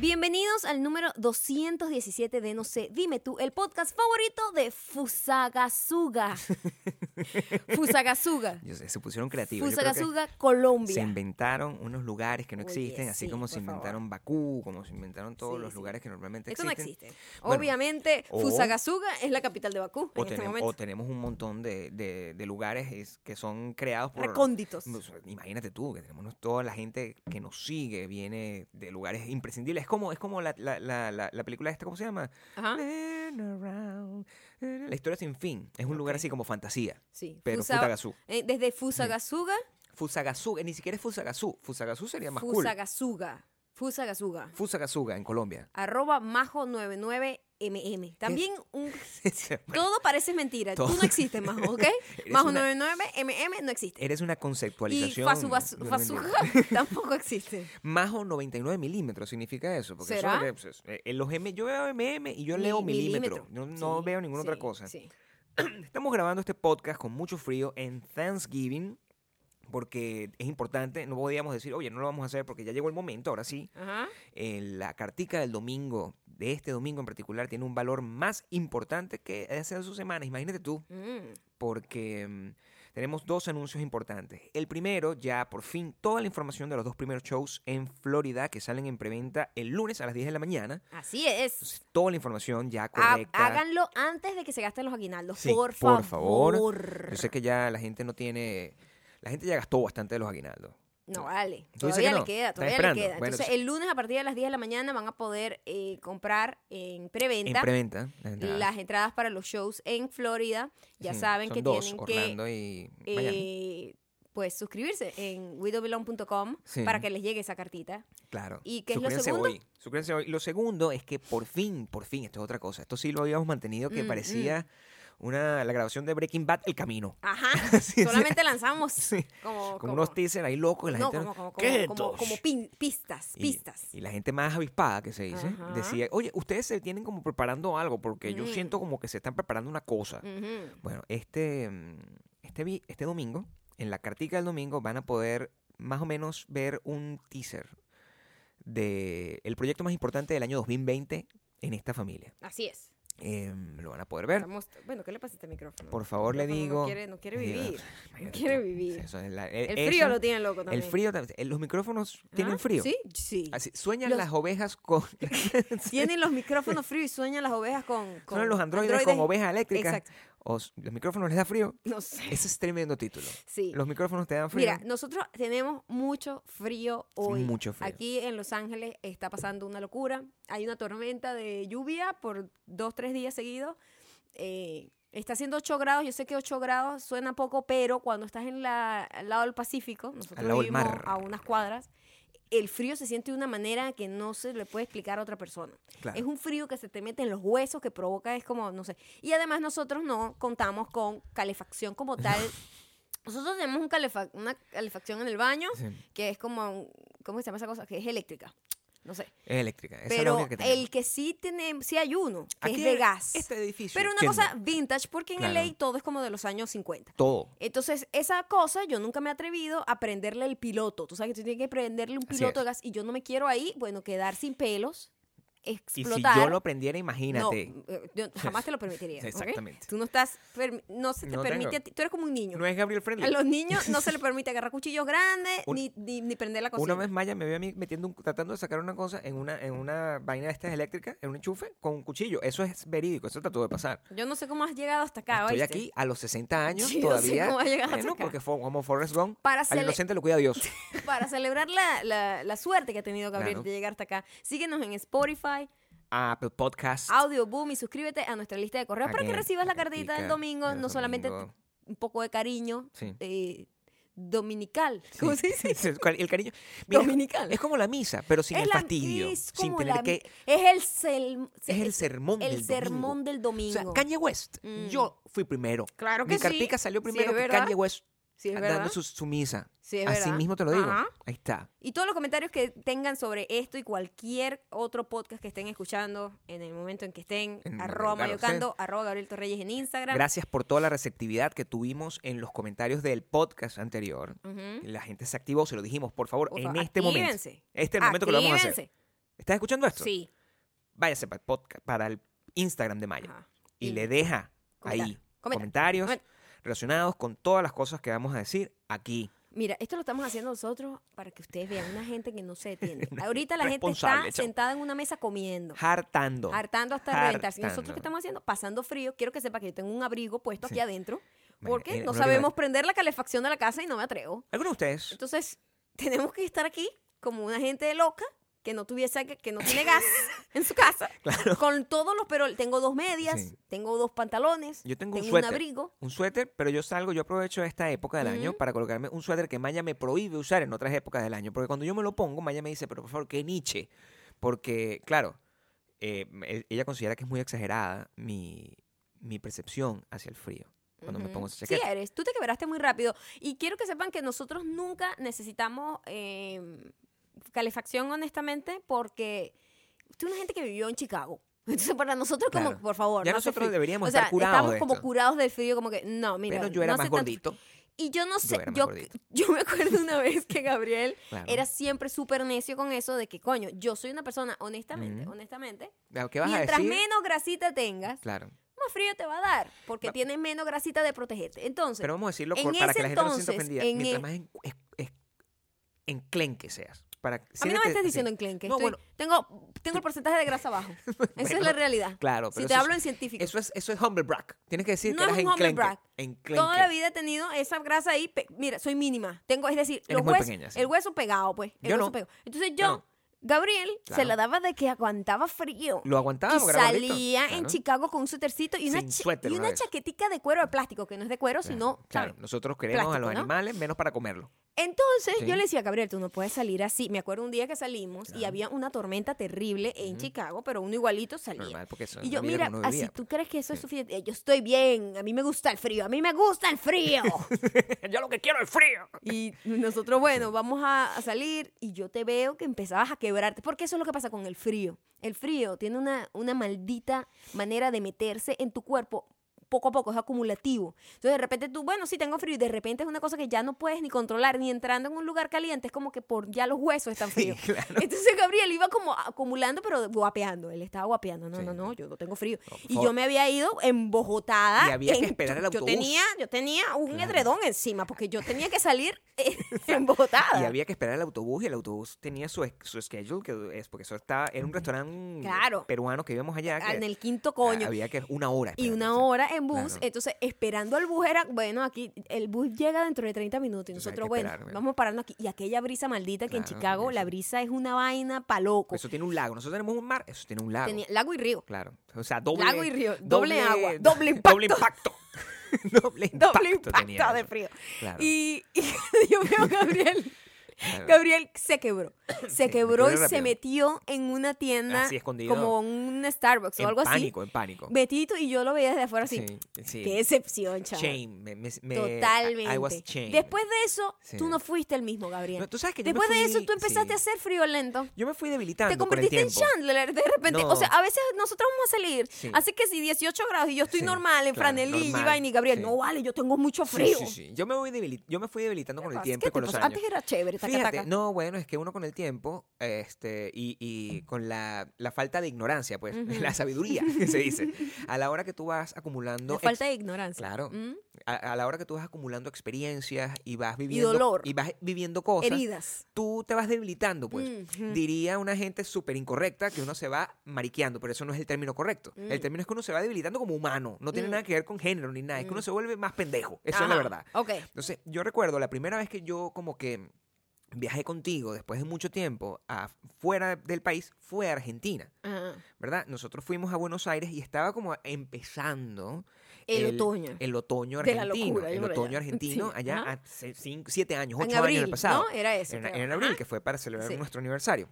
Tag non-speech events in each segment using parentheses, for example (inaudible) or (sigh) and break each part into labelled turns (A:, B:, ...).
A: Bienvenidos al número 217 de No sé, dime tú, el podcast favorito de
B: (laughs)
A: Fusagasuga. Fusagasuga.
B: Yo sé, se pusieron creativos. Yo creo que
A: Fusagasuga, Colombia.
B: Se inventaron unos lugares que no
A: Oye,
B: existen, así
A: sí,
B: como se
A: por
B: inventaron Bakú, como se inventaron todos
A: Sí,
B: los
A: sí.
B: lugares que normalmente
A: Esto
B: existen.
A: no existe.
B: Bueno,
A: Obviamente,
B: o-
A: Fusagasuga es la capital de Bakú
B: O,
A: en este
B: tenem-
A: momento.
B: o tenemos un montón de, de- de lugares es- que son creados por...
A: Recónditos.
B: Pues, Imagínate tú, que tenemos nos- toda la gente que nos sigue, viene de lugares imprescindibles. Es como, es como la, la- la- la- la película esta, ¿cómo se llama?
A: Ajá.
B: Turn around, eh, La historia sin fin. Es un lugar
A: Ok.
B: así como fantasía,
A: Sí.
B: pero
A: Fusa-
B: Fusagasú.
A: eh, desde Fusagasuga,
B: Fusagasú, eh, ni siquiera es Fusagasú. Fusagasú sería más
A: Fusagasuga. Fusagasuga.
B: cool. Fusagasuga, en Colombia. (laughs)
A: Arroba majo99mm. También un Todo parece mentira.
B: Todo.
A: Tú no existes, Majo, ¿ok?
B: (laughs) Eres
A: Majo
B: una-
A: 99, MM no existe.
B: Eres una
A: Y
B: conceptualización.
A: Fasu-
B: de una
A: Fasu-
B: mentira.
A: (laughs) Fasuja tampoco existe. (laughs)
B: Majo 99 milímetros significa eso. Porque
A: ¿Será?
B: Eso, es lo que, pues, es- eh, los M, yo veo MM y (laughs) yo
A: Mi-
B: leo milímetro. No, no
A: Sí,
B: veo ninguna otra
A: sí,
B: cosa.
A: sí.
B: Estamos grabando este podcast con mucho frío en Thanksgiving. Porque es importante, no podíamos decir, oye, no lo vamos a hacer porque ya llegó el momento, ahora sí.
A: Ajá.
B: Eh, la cartica del domingo, de este domingo en particular, tiene un valor más importante que hace dos semanas. Imagínate tú,
A: Mm.
B: porque mm, tenemos dos anuncios importantes. El primero, ya por fin, toda la información de los dos primeros shows en Florida que salen en preventa el lunes a las 10 de la mañana.
A: Así es.
B: Entonces, toda la información ya
A: Ha-
B: correcta.
A: háganlo antes de que se gasten los aguinaldos,
B: Sí,
A: por,
B: por
A: favor.
B: favor. Yo sé que ya la gente no tiene... La gente ya gastó bastante de los aguinaldos.
A: No vale.
B: dices
A: Todavía
B: que
A: le
B: no.
A: queda,
B: Estás
A: todavía le
B: esperando.
A: queda.
B: Bueno,
A: Entonces,
B: entonces-
A: el lunes a partir de las 10 de la mañana van a poder eh, comprar en preventa
B: En preventa. las entradas.
A: las entradas para los shows en Florida. Ya
B: Sí,
A: saben
B: son
A: que
B: dos,
A: tienen que
B: Orlando y Miami.
A: eh, pues suscribirse en widowbelong.com
B: Sí.
A: para que les llegue esa cartita.
B: Claro.
A: ¿y qué es lo
B: Suscríbanse
A: segundo?
B: Hoy. Suscríbanse hoy. Lo segundo es que por fin, por fin, esto es otra cosa. Esto sí lo habíamos mantenido que
A: Mm,
B: parecía una, la grabación de Breaking Bad, El Camino.
A: Ajá,
B: (laughs) Sí, sí.
A: solamente lanzamos
B: Sí.
A: como,
B: Como unos teasers ahí locos. y La
A: no,
B: gente,
A: como, como, como,
B: ¿qué
A: como-
B: estos?
A: como pin- pistas,
B: Y-
A: pistas.
B: Y, la gente más avispada que se dice
A: Ajá.
B: decía, oye, ustedes se tienen como preparando algo porque yo
A: Mm.
B: siento como que se están preparando una cosa.
A: Ujú.
B: Bueno, este, mm, este, vi- este domingo, en la cartica del domingo, van a poder más o menos ver un teaser de el proyecto más importante del año 2020 en esta familia.
A: Así es.
B: Em, lo van a poder ver.
A: Estamos- bueno, ¿qué le pasa a este micrófono?
B: Por favor, le
A: El micrófono No
B: digo.
A: quiere, no quiere
B: Digo,
A: vivir.
B: Eh, imagínate tú.
A: quiere vivir.
B: Eso es la- e,
A: El
B: eso-
A: frío lo tiene loco
B: El
A: también.
B: frío también. Eh, Los micrófonos
A: Ajá,
B: tienen frío.
A: Sí, sí.
B: Así, sueñan
A: Los-
B: las ovejas con. (laughs)
A: Tienen los micrófonos fríos y sueñan las ovejas con. con
B: Suenan los androides, con ovejas eléctricas.
A: Exacto.
B: O s- los micrófonos les da frío.
A: No sé.
B: Ese es tremendo título.
A: Sí.
B: Los micrófonos te dan frío.
A: Mira, nosotros tenemos mucho frío hoy.
B: mucho frío.
A: Aquí en Los Ángeles está pasando una locura. Hay una tormenta de lluvia por dos, tres días seguidos. Eh, está haciendo 8 grados. Yo sé que 8 grados suena poco, pero cuando estás en la, al lado del Pacífico, nosotros
B: Al lado del
A: vivimos
B: mar.
A: a unas cuadras, el frío se siente de una manera que no se le puede explicar a otra persona.
B: Claro.
A: Es un frío que se te mete en los huesos, que provoca, es como, no sé. Y además nosotros no contamos con calefacción como tal. Nosotros tenemos un calefa- una calefacción en el baño
B: Sí,
A: que es como, un- ¿cómo se llama esa cosa? Que es eléctrica. No sé.
B: es eléctrica. Esa es la
A: Pero
B: única que tenemos.
A: el que sí tenemos, sí hay uno, que
B: Aquí
A: es de
B: en
A: gas.
B: Este edificio.
A: Pero una
B: Chendo.
A: cosa vintage, porque en
B: Claro.
A: LA todo es como de los años 50.
B: Todo.
A: Entonces, esa cosa yo nunca me he atrevido a prenderle el piloto. Tú sabes que tú tienes que prenderle un
B: Así
A: piloto de
B: es.
A: gas y yo no me quiero ahí, bueno, quedar sin pelos,
B: Y
A: explotar.
B: si yo lo aprendiera, imagínate.
A: No, eh, yo jamás te lo
B: (laughs)
A: permitiría. ¿ok?
B: Exactamente.
A: Tú no estás, permi- no se te
B: No
A: permite,
B: tengo.
A: a ti- tú eres como un niño.
B: No, es Gabriel Friendly.
A: A los niños no se
B: (laughs)
A: les permite agarrar cuchillos grandes
B: Un-
A: ni, ni, ni prender la cocina.
B: Una vez Maya me vio a mí metiendo un- tratando de sacar una cosa en una, en una vaina de estas eléctricas, en un enchufe, con un cuchillo. Eso es verídico, eso trató de pasar.
A: Yo no sé cómo has llegado hasta acá.
B: Estoy
A: ¿oíste?
B: aquí a los 60 años
A: Sí, yo sé
B: todavía.
A: cómo ha llegado hasta
B: bueno,
A: acá.
B: porque fue como Forrest Gump,
A: Para
B: al
A: cele-
B: inocente lo
A: (laughs)
B: cuida Dios.
A: Para celebrar la, la- la suerte que ha tenido Gabriel
B: Claro.
A: de llegar hasta acá. Síguenos en Spotify,
B: Apple Ah, Podcast.
A: Audio Boom y suscríbete a nuestra lista de correos Ah, para que
B: Again,
A: recibas la
B: la
A: cartita del
B: cartica
A: domingo.
B: del
A: no solamente
B: domingo.
A: un poco de cariño
B: Sí.
A: eh, dominical. ¿Cómo (laughs) se dice?
B: Sí, (laughs) El cariño. Mira,
A: Dominical.
B: Es como la misa, pero sin
A: Es
B: el
A: la-
B: fastidio.
A: es
B: sin
A: como
B: tener
A: la-
B: que.
A: Es el, sel-
B: Es el sermón
A: el
B: del
A: sermón
B: domingo.
A: del
B: O
A: domingo.
B: sea, Kanye West.
A: Mm.
B: Yo fui primero.
A: Claro que
B: Mi
A: sí.
B: cartica salió
A: Sí,
B: primero
A: es
B: que
A: verdad.
B: Kanye West
A: Sí, es
B: dando
A: verdad.
B: su, su misa.
A: Sí, es
B: Así
A: verdad.
B: mismo te lo digo.
A: Ajá.
B: Ahí está.
A: Y todos los comentarios que tengan sobre esto y cualquier otro podcast que estén escuchando en el momento en que estén,
B: En-
A: arroba
B: claro,
A: mayocando, arroba Gabriel Torreyes en Instagram.
B: Gracias por toda la receptividad que tuvimos en los comentarios del podcast anterior.
A: Ujú.
B: La gente se activó, se lo dijimos, por favor,
A: ¿Mm? Por
B: en
A: favor,
B: este momento.
A: actívense.
B: Este es el momento que lo vamos a hacer.
A: Actívense.
B: ¿Estás escuchando esto?
A: Sí.
B: Váyase para el, podcast, para el Instagram de Maya
A: Ajá.
B: y
A: Y
B: le deja
A: comenta-
B: ahí
A: comenta,
B: comentarios
A: comenta.
B: relacionados con todas las cosas que vamos a decir aquí.
A: Mira, esto lo estamos haciendo nosotros para que ustedes vean una gente que no se
B: (laughs)
A: detiene.
B: Una
A: Ahorita la gente está
B: responsable, chamo.
A: sentada en una mesa comiendo,
B: Hartando.
A: hartando hasta
B: Hartando.
A: reventarse. Y nosotros qué estamos haciendo? Pasando frío. Quiero que sepa que yo tengo un abrigo puesto
B: Sí.
A: aquí adentro
B: Bueno,
A: porque
B: eh,
A: no
B: uno tiene-
A: sabemos prender la calefacción de la casa y no me atrevo.
B: ¿Alguno de ustedes?
A: Entonces, (laughs) tenemos que estar aquí como una gente loca que no tuviese que no tiene
B: (laughs)
A: gas en su casa. Con todos los pero tengo dos medias,
B: Sí.
A: tengo dos pantalones,
B: Yo tengo un
A: un
B: suéter.
A: abrigo.
B: Un suéter, pero yo salgo, yo aprovecho esta época del año
A: Ujú.
B: para colocarme un suéter que Maya me prohíbe usar en otras épocas del año. Porque cuando yo me lo pongo, Maya me dice, pero por favor, qué Nietzsche. Porque, claro, eh, e- ella considera que es muy exagerada mi, mi percepción hacia el frío. Cuando me
A: Ujú.
B: pongo esa
A: Sí
B: chaqueta.
A: eres, tú te quebraste muy rápido. Y quiero que sepan que nosotros nunca necesitamos eh, calefacción, honestamente, porque usted es una gente que vivió en Chicago. (laughs) Entonces, para nosotros, como,
B: Claro.
A: por favor,
B: ya
A: no hace
B: nosotros
A: frío.
B: deberíamos
A: O sea,
B: estar curados
A: estamos
B: de
A: como
B: esto.
A: curados del frío, como que, no, mira,
B: pero yo era
A: no
B: más
A: hace tanto-
B: gordito.
A: Y yo no sé,
B: era más
A: yo,
B: gordito.
A: (laughs) yo me acuerdo una vez que
B: (laughs)
A: Gabriel
B: claro.
A: era siempre súper necio con eso de que, coño, yo soy una persona, honestamente,
B: Ujú.
A: honestamente,
B: Claro, ¿Qué vas
A: mientras
B: a decir?
A: menos grasita tengas,
B: Claro.
A: más frío te va a dar, porque
B: Va-
A: tienes menos grasita de protegerte. Entonces,
B: Pero vamos a decirlo
A: en
B: cor- para
A: ese
B: que la gente no se sienta
A: entonces,
B: ofendida.
A: en
B: Mientras
A: e-
B: más en- es- es- enclenque seas. Para,
A: a mí no me estés diciendo enclenque.
B: No,
A: estoy-
B: bueno.
A: tengo, tengo el porcentaje de grasa
B: (laughs)
A: bajo. Esa es la realidad.
B: Claro,
A: si
B: pero
A: te
B: eso es-
A: hablo en científico.
B: Eso es, eso es humble brag. Tienes que decir
A: No
B: que
A: es
B: eres
A: un humble
B: enclenque.
A: brag.
B: Enclenque.
A: Toda la vida he tenido esa grasa ahí. pe- Mira, soy mínima. Tengo, es decir,
B: Eres
A: los
B: muy
A: huesos-
B: pequeña, sí.
A: el hueso pegado, pues. El
B: Yo
A: hueso
B: no.
A: pegado. Entonces yo,
B: Yo no.
A: Gabriel, se
B: Claro.
A: la daba de que aguantaba frío.
B: Lo aguantaba
A: y
B: porque era gordito.
A: salía en
B: Claro,
A: Chicago con un suétercito y una,
B: Sin
A: cha-
B: suéter
A: y
B: una
A: una
B: vez.
A: chaquetica de cuero de plástico, que no es de cuero,
B: claro,
A: sino,
B: claro.
A: ¿sabes?
B: nosotros queremos a
A: Plástico,
B: los
A: ¿no?
B: animales menos para comerlo.
A: Entonces
B: Sí.
A: yo le decía, Gabriel, tú no puedes salir así. Me acuerdo un día que salimos y
B: Claro.
A: había una tormenta terrible en
B: Ujú.
A: Chicago, pero uno igualito salía.
B: Normal, porque eso
A: Y
B: es
A: yo,
B: la vida que
A: mira,
B: uno
A: así
B: vivía.
A: tú crees que eso es
B: Sí.
A: suficiente. Eh, Yo estoy bien, a mí me gusta el frío, a mí me gusta el
B: (laughs)
A: frío.
B: (laughs) Yo lo que quiero es frío.
A: y nosotros, bueno, vamos a, a salir y yo te veo que empezabas a quebrarte, porque eso es lo que pasa con el frío. El frío tiene una, una maldita manera de meterse en tu cuerpo poco a poco, es acumulativo. Entonces de repente tú, bueno, sí tengo frío y de repente es una cosa que ya no puedes ni controlar, ni entrando en un lugar caliente, es como que por ya los huesos están
B: (laughs)
A: fríos. (laughs)
B: claro.
A: Entonces Gabriel iba como acumulando, pero guapeando. Él estaba guapeando. No,
B: Sí.
A: no, no, yo no tengo frío.
B: No,
A: y
B: por-
A: yo me había ido embojotada.
B: Y había que
A: en-
B: esperar el
A: Yo
B: autobús.
A: tenía, yo tenía un
B: Claro.
A: edredón encima porque yo tenía que
B: (laughs)
A: salir eh, (laughs) embojotada.
B: Y había que esperar el autobús y el autobús tenía su, su schedule, que eh, es porque eso estaba, era un restaurante
A: Claro. Ah,
B: peruano que íbamos allá. que
A: en el quinto coño.
B: Había que una hora.
A: y
B: esperando,
A: una
B: sí.
A: hora en bus,
B: Claro.
A: entonces esperando al bus era, bueno, aquí el bus llega dentro de 30 minutos y
B: Entonces hay
A: nosotros,
B: que
A: bueno,
B: esperar, bueno.
A: vamos parando aquí. Y aquella brisa maldita que en
B: Claro, Pues,
A: Chicago,
B: porque
A: la
B: eso-
A: brisa es una vaina pa' loco.
B: Eso tiene un lago. Nosotros tenemos un mar, eso tiene un lago.
A: pues. Tenía lago y río.
B: Claro. O sea, doble.
A: Lago y río, doble agua,
B: (laughs)
A: doble
B: Doble impacto. (laughs) doble
A: (laughs)
B: impacto.
A: Doble
B: tenía
A: impacto de
B: eso.
A: frío.
B: Claro,
A: Y, y (laughs) yo veo a Gabriel
B: claro.
A: Gabriel se quebró. Se
B: me
A: quebró y
B: quebré
A: se
B: rápido.
A: metió en una tienda
B: Así, escondido.
A: como un Starbucks
B: en
A: o algo
B: pánico, en pánico.
A: así. Betito y yo lo veía desde afuera así.
B: sí.
A: Qué decepción, chaval.
B: Shame. Me, me- me-
A: Totalmente.
B: I was shamed.
A: Después de eso,
B: Sí.
A: tú no fuiste el mismo, Gabriel.
B: No, tú sabes que yo me
A: Después de eso,
B: fui-
A: tú empezaste
B: sí.
A: a ser friolento.
B: Yo me fui debilitando.
A: Te
B: con el
A: convertiste en
B: tiempo.
A: Chandler de repente. O
B: No.
A: sea, a veces nosotros vamos a salir.
B: Sí.
A: Así que si 18 grados y yo estoy
B: Sí,
A: normal en
B: claro,
A: franelilla y
B: normal,
A: vaina y Gabriel,
B: sí.
A: no vale, yo tengo mucho
B: Sí,
A: frío.
B: Sí, sí, Yo me, voy debili- yo me fui debilitando con el
A: ¿Qué
B: tiempo y
A: te
B: con los
A: pasa?
B: años.
A: Antes era chévere, taca,
B: Fíjate,
A: taca.
B: no, bueno, es que uno con el tiempo este, y, y con la, la falta de ignorancia, pues, (laughs)
A: Ujú.
B: la sabiduría
A: (laughs)
B: que se dice, a la hora que tú vas acumulando
A: La falta de ignorancia.
B: Claro.
A: ¿Mm?
B: a, a la hora que tú vas acumulando experiencias y vas viviendo
A: dolor.
B: y vas viviendo cosas,
A: Heridas. Mm,
B: tú te vas debilitando, pues.
A: Ujú.
B: Diría una gente súper incorrecta que uno se va mariqueando, pero eso no es el término correcto.
A: Mm.
B: El término es que uno se va debilitando como humano, no tiene
A: Mm.
B: nada que ver con género ni nada, es
A: Mm.
B: que uno se vuelve más pendejo, eso es
A: Ajá,
B: la verdad.
A: Ok.
B: Entonces, yo recuerdo la primera vez que yo como que viajé contigo después de mucho tiempo a- fuera del país fue a Argentina,
A: Ajá.
B: ¿verdad? Nosotros fuimos a Buenos Aires y estaba como empezando
A: El, otoño.
B: el otoño
A: De la
B: argentino,
A: locura, yo
B: el
A: por allá.
B: otoño argentino
A: Sí,
B: allá
A: ajá.
B: hace cinco- siete años,
A: en
B: ocho
A: abril,
B: años en el pasado.
A: ¿no? Era eso.
B: En,
A: creo.
B: en abril, que fue para celebrar
A: Sí.
B: nuestro aniversario.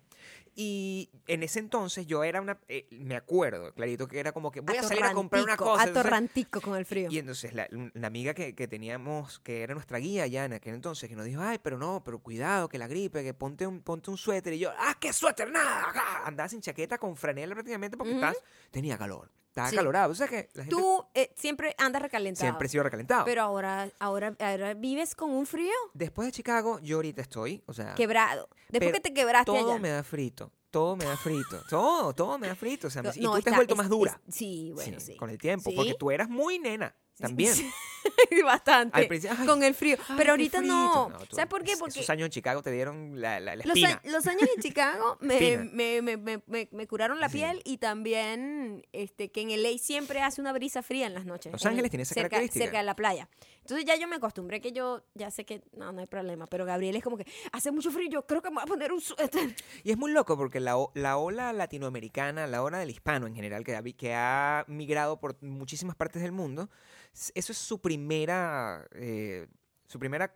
B: Y en ese entonces yo era una, eh, me acuerdo, clarito, que era como que voy a salir a comprar una
A: Atorrantico,
B: cosa. entonces-
A: Atorrantico con el frío.
B: y entonces la, la amiga que, que teníamos, que era nuestra guía ya en aquel entonces, que nos dijo, ay, pero no, pero cuidado, que la gripe, que ponte un, ponte un suéter. Y yo, ah, qué suéter, nada. ah". Andaba sin chaqueta, con franela prácticamente, porque
A: Ujú.
B: estás, tenía calor. Estaba
A: Sí.
B: calorado. O sea que la gente
A: Tú eh, siempre andas recalentado.
B: siempre he sido recalentado.
A: Pero ahora, ahora, ahora vives con un frío
B: Después de Chicago, yo ahorita estoy, o sea,
A: quebrado. Después
B: Ah. pero
A: que te quebraste
B: todo
A: allá.
B: me da frito. todo me da frito. Todo, todo me da frito. O sea, me-
A: No,
B: y tú te
A: está-
B: has vuelto
A: es-
B: más dura.
A: es- sí, bueno,
B: Sí,
A: sí.
B: Con el tiempo. Porque
A: Sí.
B: tú eras muy nena también.
A: (laughs) Bastante.
B: Al principio, ay,
A: con el frío.
B: ay, qué
A: Pero ahorita no.
B: frito. tú-
A: ¿Sabes por qué?
B: es-
A: Porque
B: Esos años en Chicago te dieron la, la, la
A: los,
B: espina.
A: a- los años en
B: (laughs)
A: Chicago me,
B: Espina.
A: me, me, me, me- me curaron la
B: Sí.
A: piel y también este, que en el LA siempre hace una brisa fría en las noches.
B: Los
A: en-
B: Ángeles tiene esa
A: cerca,
B: característica.
A: Cerca de la playa. Entonces ya yo me acostumbré que yo ya sé que no, no hay problema. Pero Gabriel es como que hace mucho frío, yo creo que me voy a poner un suéter.
B: Y es muy loco porque la, o- la ola latinoamericana, la ola del hispano en general, que ha, vi- que ha migrado por muchísimas partes del mundo, s- eso es su primera, eh, su primera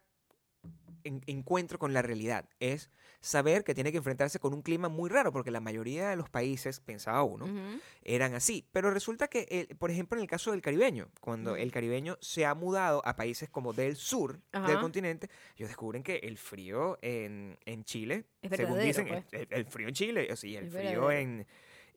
B: en- encuentro con la realidad. Es saber que tiene que enfrentarse con un clima muy raro, porque la mayoría de los países, pensaba uno,
A: Ujú.
B: eran así. Pero resulta que, eh, por ejemplo, en el caso del caribeño, cuando
A: Ujú.
B: el caribeño se ha mudado a países como del sur del
A: Ajá.
B: continente, ellos descubren que el frío en, en Chile,
A: Es
B: según
A: verdadero,
B: dicen,
A: pues.
B: el, el- el frío en Chile, o sea, y el
A: Es
B: frío
A: verdadero.
B: en,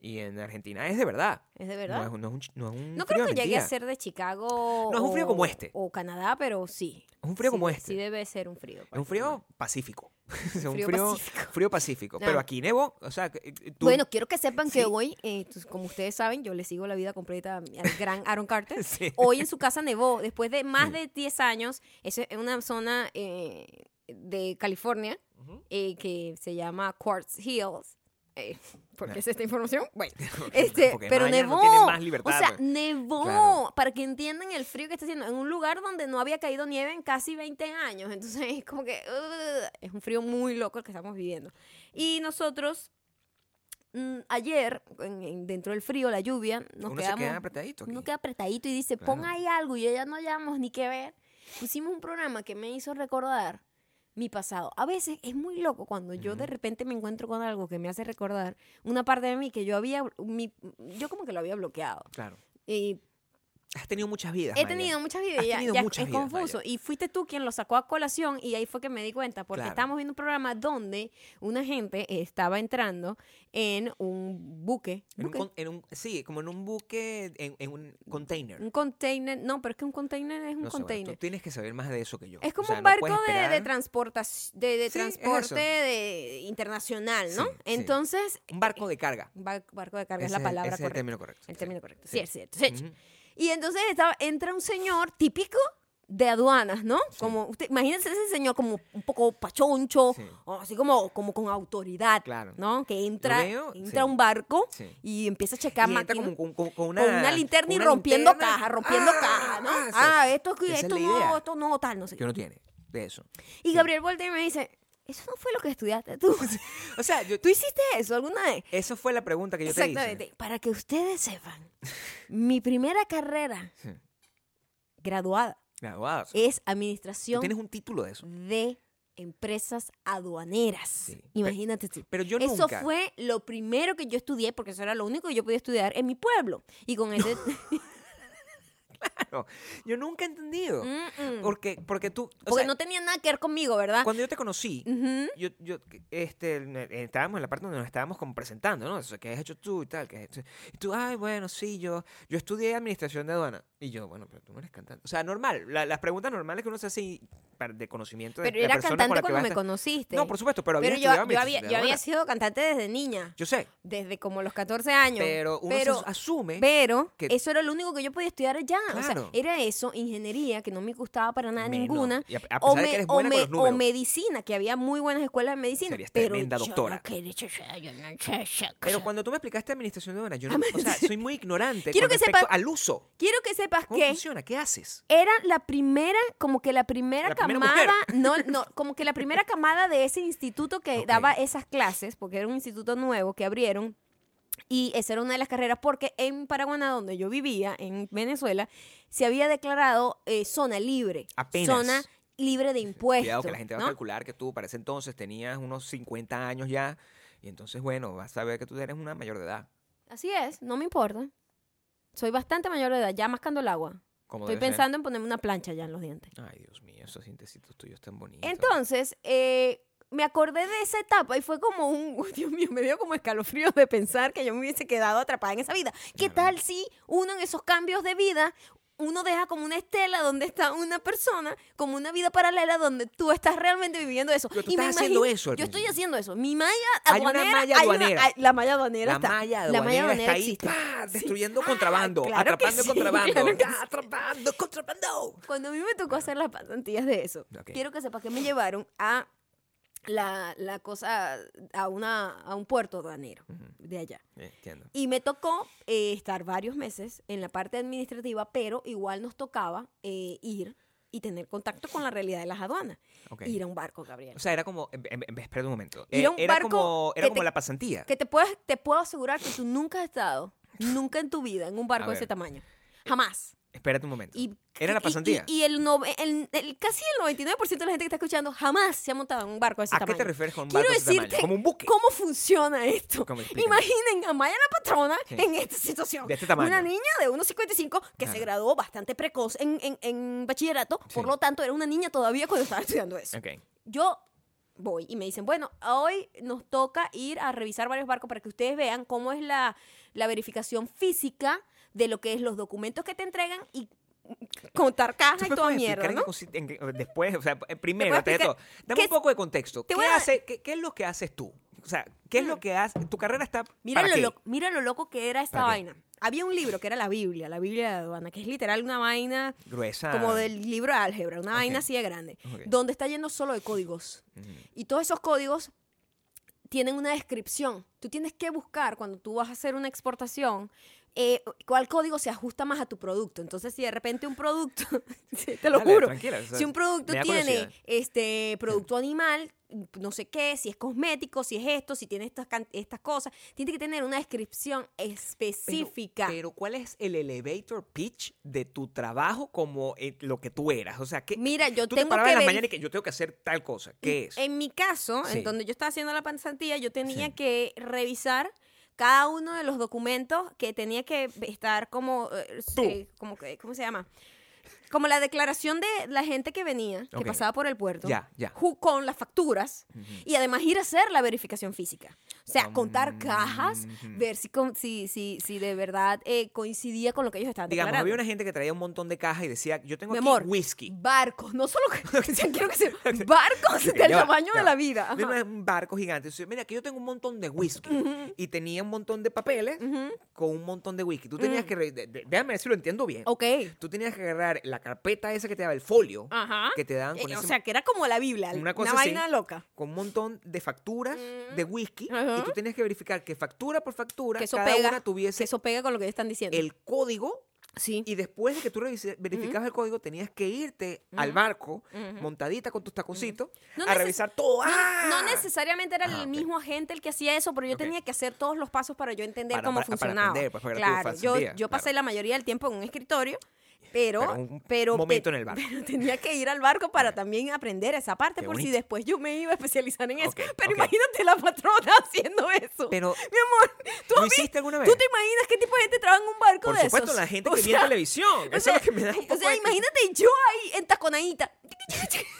B: y en Argentina es de verdad.
A: (laughs) Es de
B: No
A: verdad.
B: es, un- no es un, ch- no es un
A: No creo
B: frío de
A: que llegue a
B: mentira.
A: ser de Chicago.
B: No, es un frío
A: o-
B: como este.
A: O Canadá, pero sí.
B: Es un frío
A: Sí
B: como
A: de-
B: este.
A: Sí debe ser un frío.
B: Es un frío pacífico. (laughs) Es un
A: pues, frío
B: frío
A: pacífico.
B: frío pacífico.
A: Ah.
B: Pero aquí nevó, o sea, que, eh, tú-
A: Bueno, quiero que sepan
B: Sí.
A: que hoy, eh, pues, como ustedes saben, yo le sigo la vida completa
B: (laughs)
A: al gran Aaron Carter.
B: (laughs) Sí.
A: Hoy en su casa nevó, después de
B: Mm.
A: más de 10 años, es en una zona eh, de California
B: Ujú.
A: eh, que se llama Quartz Hills. Eh, ¿Por
B: Ah.
A: qué es esta información? Bueno,
B: Porque-
A: este,
B: porque
A: pero
B: Maya
A: nevó.
B: No tiene más libertad.
A: o sea,
B: pues.
A: nevó.
B: Claro.
A: Para que entiendan el frío que está haciendo. En un lugar donde no había caído nieve en casi 20 años. Entonces es como que. ugh, es un frío muy loco el que estamos viviendo. Y nosotros. mm, ayer, en- en- dentro del frío, la lluvia, nos
B: uno
A: quedamos.
B: se queda apretadito aquí.
A: uno queda apretadito y dice,
B: Claro.
A: pon ahí algo. Y ya no hayamos ni que ver. Pusimos un programa que me hizo recordar mi pasado. A veces es muy loco cuando yo de
B: Ujú.
A: repente me encuentro con algo que me hace recordar una parte de mí que yo había, mi- yo como que lo había bloqueado.
B: Claro.
A: Y
B: Has tenido muchas vidas.
A: he
B: Maya.
A: tenido muchas vidas,
B: Has
A: ya,
B: tenido
A: ya
B: muchas
A: es
B: vidas,
A: confuso.
B: Maya.
A: Y fuiste tú quien lo sacó a colación y ahí fue que me di cuenta, porque
B: Claro.
A: estábamos viendo un programa donde una gente estaba entrando en un buque,
B: En un,
A: buque,
B: con- en un- sí, como en un buque, en, en un container.
A: Mm, un container, no, pero es que un container es un
B: No sé, bueno,
A: container.
B: tú tienes que saber más de eso que yo.
A: Es
B: O
A: como
B: sea,
A: un
B: no puedes
A: barco de- de,
B: esperar-
A: transportaci- de, de
B: Sí, es eso.
A: transporte de- internacional, ¿no?
B: Sí, sí.
A: Entonces,
B: Un barco de carga.
A: bar- barco de carga
B: Ese
A: es la
B: el-
A: palabra
B: ese es el
A: correcta.
B: término correcto.
A: El
B: sí.
A: término correcto. Sí,
B: Sí.
A: es cierto. sí.
B: Ujú.
A: Y entonces estaba, entra un señor típico de aduanas, ¿no? Como usted, imagínense ese señor como un poco pachoncho,
B: Sí.
A: o así como, como con autoridad,
B: Claro.
A: ¿no? Que entra,
B: Lo veo,
A: entra a
B: sí.
A: un barco
B: Sí.
A: y empieza a
B: Y
A: checar
B: entra
A: máquinas
B: como con, con- con una,
A: con una linterna y
B: con una
A: rompiendo
B: linterna.
A: caja, rompiendo
B: Ah,
A: caja, ¿no?
B: ah, sí.
A: Ah, esto,
B: Esa es
A: esto
B: la
A: no,
B: idea
A: esto no, tal, no sé.
B: Que uno tiene de eso.
A: Y Gabriel voltea y me dice, eso no fue lo que estudiaste
B: (laughs)
A: tú.
B: O sea, yo-
A: ¿Tú hiciste eso alguna vez?
B: eso fue la pregunta que yo te hice.
A: Exactamente. Para que ustedes sepan, mi primera carrera
B: Sí.
A: graduada
B: Graduado. Tú
A: es administración
B: tienes un título de eso.
A: de empresas aduaneras.
B: Sí.
A: Imagínate tú.
B: Pero yo
A: eso
B: nunca.
A: fue lo primero que yo estudié, porque eso era lo único que yo podía estudiar en mi pueblo. Y
B: (laughs)
A: con ese... (laughs)
B: Yo nunca he entendido.
A: Mm, mm.
B: Porque, porque tú. o
A: porque
B: sea,
A: no tenía nada que ver conmigo, ¿verdad?
B: Cuando yo te conocí,
A: Ujú.
B: yo, yo, este, eh, estábamos en la parte donde nos estábamos como presentando, ¿no? O sea, ¿qué has hecho tú y tal? ¿Qué has hecho? Y tú, ay, bueno, sí, yo, yo estudié administración de aduana. Y yo, bueno, pero tú no eres cantante. O sea, normal, la- las preguntas normales que uno se hace y para- de conocimiento de
A: Pero
B: la
A: era
B: persona con la
A: cantante
B: que va
A: cuando
B: a
A: me
B: estar.
A: conociste.
B: No, por supuesto, pero,
A: Pero
B: había
A: yo,
B: estudiado
A: yo había,
B: administración de
A: yo había
B: aduana.
A: sido cantante desde niña,
B: Yo sé,
A: desde como los 14 años.
B: pero uno se
A: pero,
B: asume...
A: pero
B: que-
A: eso era lo único que yo podía estudiar allá. O sea,
B: Claro.
A: era eso, ingeniería, que no me gustaba para nada
B: menos.
A: ninguna.
B: Y a, a pesar
A: O,
B: de
A: me-
B: que eres
A: o
B: buena
A: me-
B: con los números.
A: o medicina, que había muy buenas escuelas de medicina.
B: Serías
A: pero
B: tremenda
A: yo
B: doctora.
A: no quería- yo- yo- yo no sé eso. (laughs)
B: Pero cuando tú me explicaste administración de aduana, yo no, o sea, soy muy ignorante
A: Ah, Quiero
B: con
A: que
B: respecto
A: sepan-
B: al uso.
A: Quiero que sepas
B: ¿Cómo
A: que
B: funciona? ¿Qué haces?
A: era la primera, como que la primera
B: La primera
A: camada,
B: (laughs)
A: no, no, como que la primera camada de ese instituto que
B: Ok.
A: daba esas clases, porque era un instituto nuevo que abrieron. Y esa era una de las carreras porque en Paraguaná, donde yo vivía, en Venezuela, se había declarado eh, zona libre.
B: Apenas.
A: Zona libre de impuestos.
B: Cuidado que la gente va
A: ¿no?
B: a calcular que tú para ese entonces tenías unos 50 años ya. Y entonces, bueno, vas a ver que tú eres una mayor de edad.
A: Así es, no me importa. Soy bastante mayor de edad, ya mascando el agua.
B: Como
A: Estoy
B: debe ser.
A: pensando en ponerme una plancha ya en los dientes.
B: Ay, Dios mío, esos dientecitos tuyos tan bonitos.
A: Entonces, eh, me acordé de esa etapa y fue como un, (laughs) uy, Dios mío, me dio como escalofrío de pensar que yo me hubiese quedado atrapada en esa vida. ¿Qué
B: Claro.
A: tal si uno en esos cambios de vida uno deja como una estela donde está una persona, como una vida paralela donde tú estás realmente viviendo eso.
B: Pero tú
A: Y me
B: estás haciendo
A: imagino-
B: eso al
A: Yo estoy
B: principio.
A: haciendo eso. Mi malla
B: Hay una
A: aduanera.
B: malla
A: hay una-
B: aduanera.
A: hay- la malla aduanera
B: La
A: está. la
B: malla
A: malla
B: aduanera
A: aduanera
B: está ahí,
A: existe.
B: ¡pa!
A: Sí.
B: destruyendo
A: Ah,
B: contrabando,
A: claro que
B: atrapando y
A: sí,
B: contrabando,
A: claro que
B: ¡Ah, atrapando, contrabando.
A: Cuando a mí me tocó hacer las pasantías de eso,
B: Ok.
A: quiero que sepas que me llevaron a la, la cosa, a, una, a un puerto aduanero
B: Ujú,
A: de allá.
B: eh, Entiendo.
A: Y me tocó eh, estar varios meses en la parte administrativa, pero igual nos tocaba eh, ir y tener contacto con la realidad de las aduanas.
B: Ok.
A: Ir a un barco, Gabriel.
B: O sea, era como, em- em- em- espera un momento,
A: Ir a un
B: Eh, era
A: barco
B: como, era
A: que
B: como
A: te-
B: la pasantía.
A: Que te, puedes, te puedo asegurar que tú nunca has
B: (laughs)
A: estado, nunca en tu vida, en un barco de
B: ver.
A: ese tamaño. Jamás.
B: Espérate un momento.
A: Y,
B: Era
A: y-
B: la
A: y-
B: pasantía.
A: Y, el, no- el- el- casi el 99% de la gente que está escuchando jamás se ha montado en un barco de ese
B: ¿A
A: tamaño.
B: qué te refieres con un
A: Quiero
B: barco de ese tamaño?
A: decirte
B: Como un buque.
A: ¿Cómo funciona esto?
B: ¿Cómo? Explícame.
A: Imaginen a Maya la patrona
B: Sí.
A: en esta situación.
B: De este tamaño.
A: Una niña de 1,55 que
B: Ajá.
A: se graduó bastante precoz en, en- en bachillerato, por
B: Sí.
A: lo tanto era una niña todavía cuando estaba estudiando eso.
B: Ok.
A: Yo voy y me dicen, bueno, hoy nos toca ir a revisar varios barcos para que ustedes vean cómo es la, la verificación física de lo que es los documentos que te entregan y contar
B: ¿Tú
A: caja y
B: me
A: toda
B: puedes
A: mierda,
B: explicar en
A: ¿no?
B: qué consi- en qué- después, o sea, eh, primero,
A: explicar
B: ante todo, dame
A: qué
B: un
A: es-
B: poco de contexto.
A: te
B: ¿Qué,
A: voy a-
B: hace- qué- qué es lo que haces tú? O sea, ¿qué es lo que haces? Tu carrera está
A: Mira
B: para
A: lo,
B: qué?
A: loco, mira lo loco que era esta
B: ¿Para qué?
A: vaina. Había un libro que era la Biblia, la Biblia de la aduana, que es literal una vaina
B: gruesa.
A: como del libro de álgebra, una
B: Ah. Ok.
A: vaina así de grande,
B: Ok.
A: donde está lleno solo de códigos.
B: Ujú.
A: Y todos esos códigos tienen una descripción. Tú tienes que buscar cuando tú vas a hacer una exportación. eh, ¿Cuál código se ajusta más a tu producto? Entonces, si de repente un producto, (laughs) sí, te lo
B: Dale,
A: juro,
B: tranquila, o sea,
A: si un producto
B: me da
A: tiene
B: curiosidad.
A: este producto animal, no sé qué, si es cosmético, si es esto, si tiene estas, can- estas cosas, tiene que tener una descripción específica.
B: Pero, ¿cuál es el elevator pitch de tu trabajo como eh, lo que tú eras? O sea, que
A: Mira, yo
B: tú te
A: tengo
B: parabas
A: que
B: en la
A: verif-
B: mañana y que yo tengo que hacer tal cosa. ¿Qué es?
A: En mi caso,
B: Sí.
A: en donde yo estaba haciendo la pasantía, yo tenía
B: Sí.
A: que revisar cada uno de los documentos que tenía que estar como, eh,
B: Tú.
A: eh, como que- ¿cómo se llama? Como la declaración de la gente que venía, que
B: Ok.
A: pasaba por el puerto,
B: Ya, ya.
A: ju- con las facturas y además ir a hacer la verificación física. O sea, contar cajas,
B: Mm, Ujú.
A: ver si, con- si, si, si de verdad eh, coincidía con lo que ellos estaban
B: Digamos,
A: declarando
B: había una gente que traía un montón de cajas y decía, yo tengo
A: mi
B: aquí
A: amor,
B: whisky.
A: Barcos, no solo
B: (laughs)
A: que, o sea, quiero que sea, barcos
B: Ok,
A: del
B: ya va,
A: tamaño de
B: ya va.
A: la vida.
B: De
A: ajá.
B: una- un barco gigante. Entonces, mira, que yo tengo un montón de whisky. Y tenía un montón de papeles con un montón de whisky. Tú tenías que. re- de- de- déjame ver si lo entiendo bien.
A: Mm. Ok.
B: Tú tenías que agarrar la carpeta esa que te daba el folio.
A: Ajá.
B: Que te daban
A: Eh,
B: con
A: o
B: ese-
A: sea, que era como la Biblia,
B: una
A: una,
B: cosa así,
A: vaina loca.
B: Con un montón de facturas de whisky. Y
A: Mm. Ajá.
B: tú tenías que verificar que factura por factura
A: Que eso
B: cada
A: pega,
B: una tuviese
A: que eso pega con lo que ellos están diciendo.
B: el código.
A: sí.
B: Y después de que tú revise- verificabas el código, tenías que irte al barco, montadita con tus taconcitos,
A: Mm. No
B: a
A: neces-
B: revisar todo. ¡Ah!
A: No necesariamente era
B: Ah,
A: el
B: ok.
A: mismo agente el que hacía eso, pero yo
B: Ok.
A: tenía que hacer todos los pasos para yo entender
B: Para-
A: cómo
B: para- para
A: funcionaba.
B: aprender, pues, para tu
A: claro, yo,
B: facilidad,
A: yo pasé
B: claro.
A: la mayoría del tiempo en un escritorio, pero,
B: Pero
A: pero,
B: un momento en el barco.
A: (laughs) pero tenía que ir al barco para también aprender esa parte,
B: Qué
A: por si
B: bonito.
A: después yo me iba a especializar en eso.
B: Ok,
A: pero
B: ok.
A: imagínate la patrona (laughs) haciendo eso.
B: Pero,
A: Mi amor, ¿tú,
B: ¿Lo
A: has visto-
B: hiciste alguna vez?
A: ¿tú te imaginas qué tipo de gente trabaja en un barco
B: por
A: de
B: supuesto,
A: esos?
B: la
A: (laughs)
B: gente
A: O
B: que viene
A: sea,
B: televisión.
A: o
B: Eso
A: sea,
B: es lo que me da un poco
A: O sea,
B: de-
A: imagínate yo ahí en taconadita.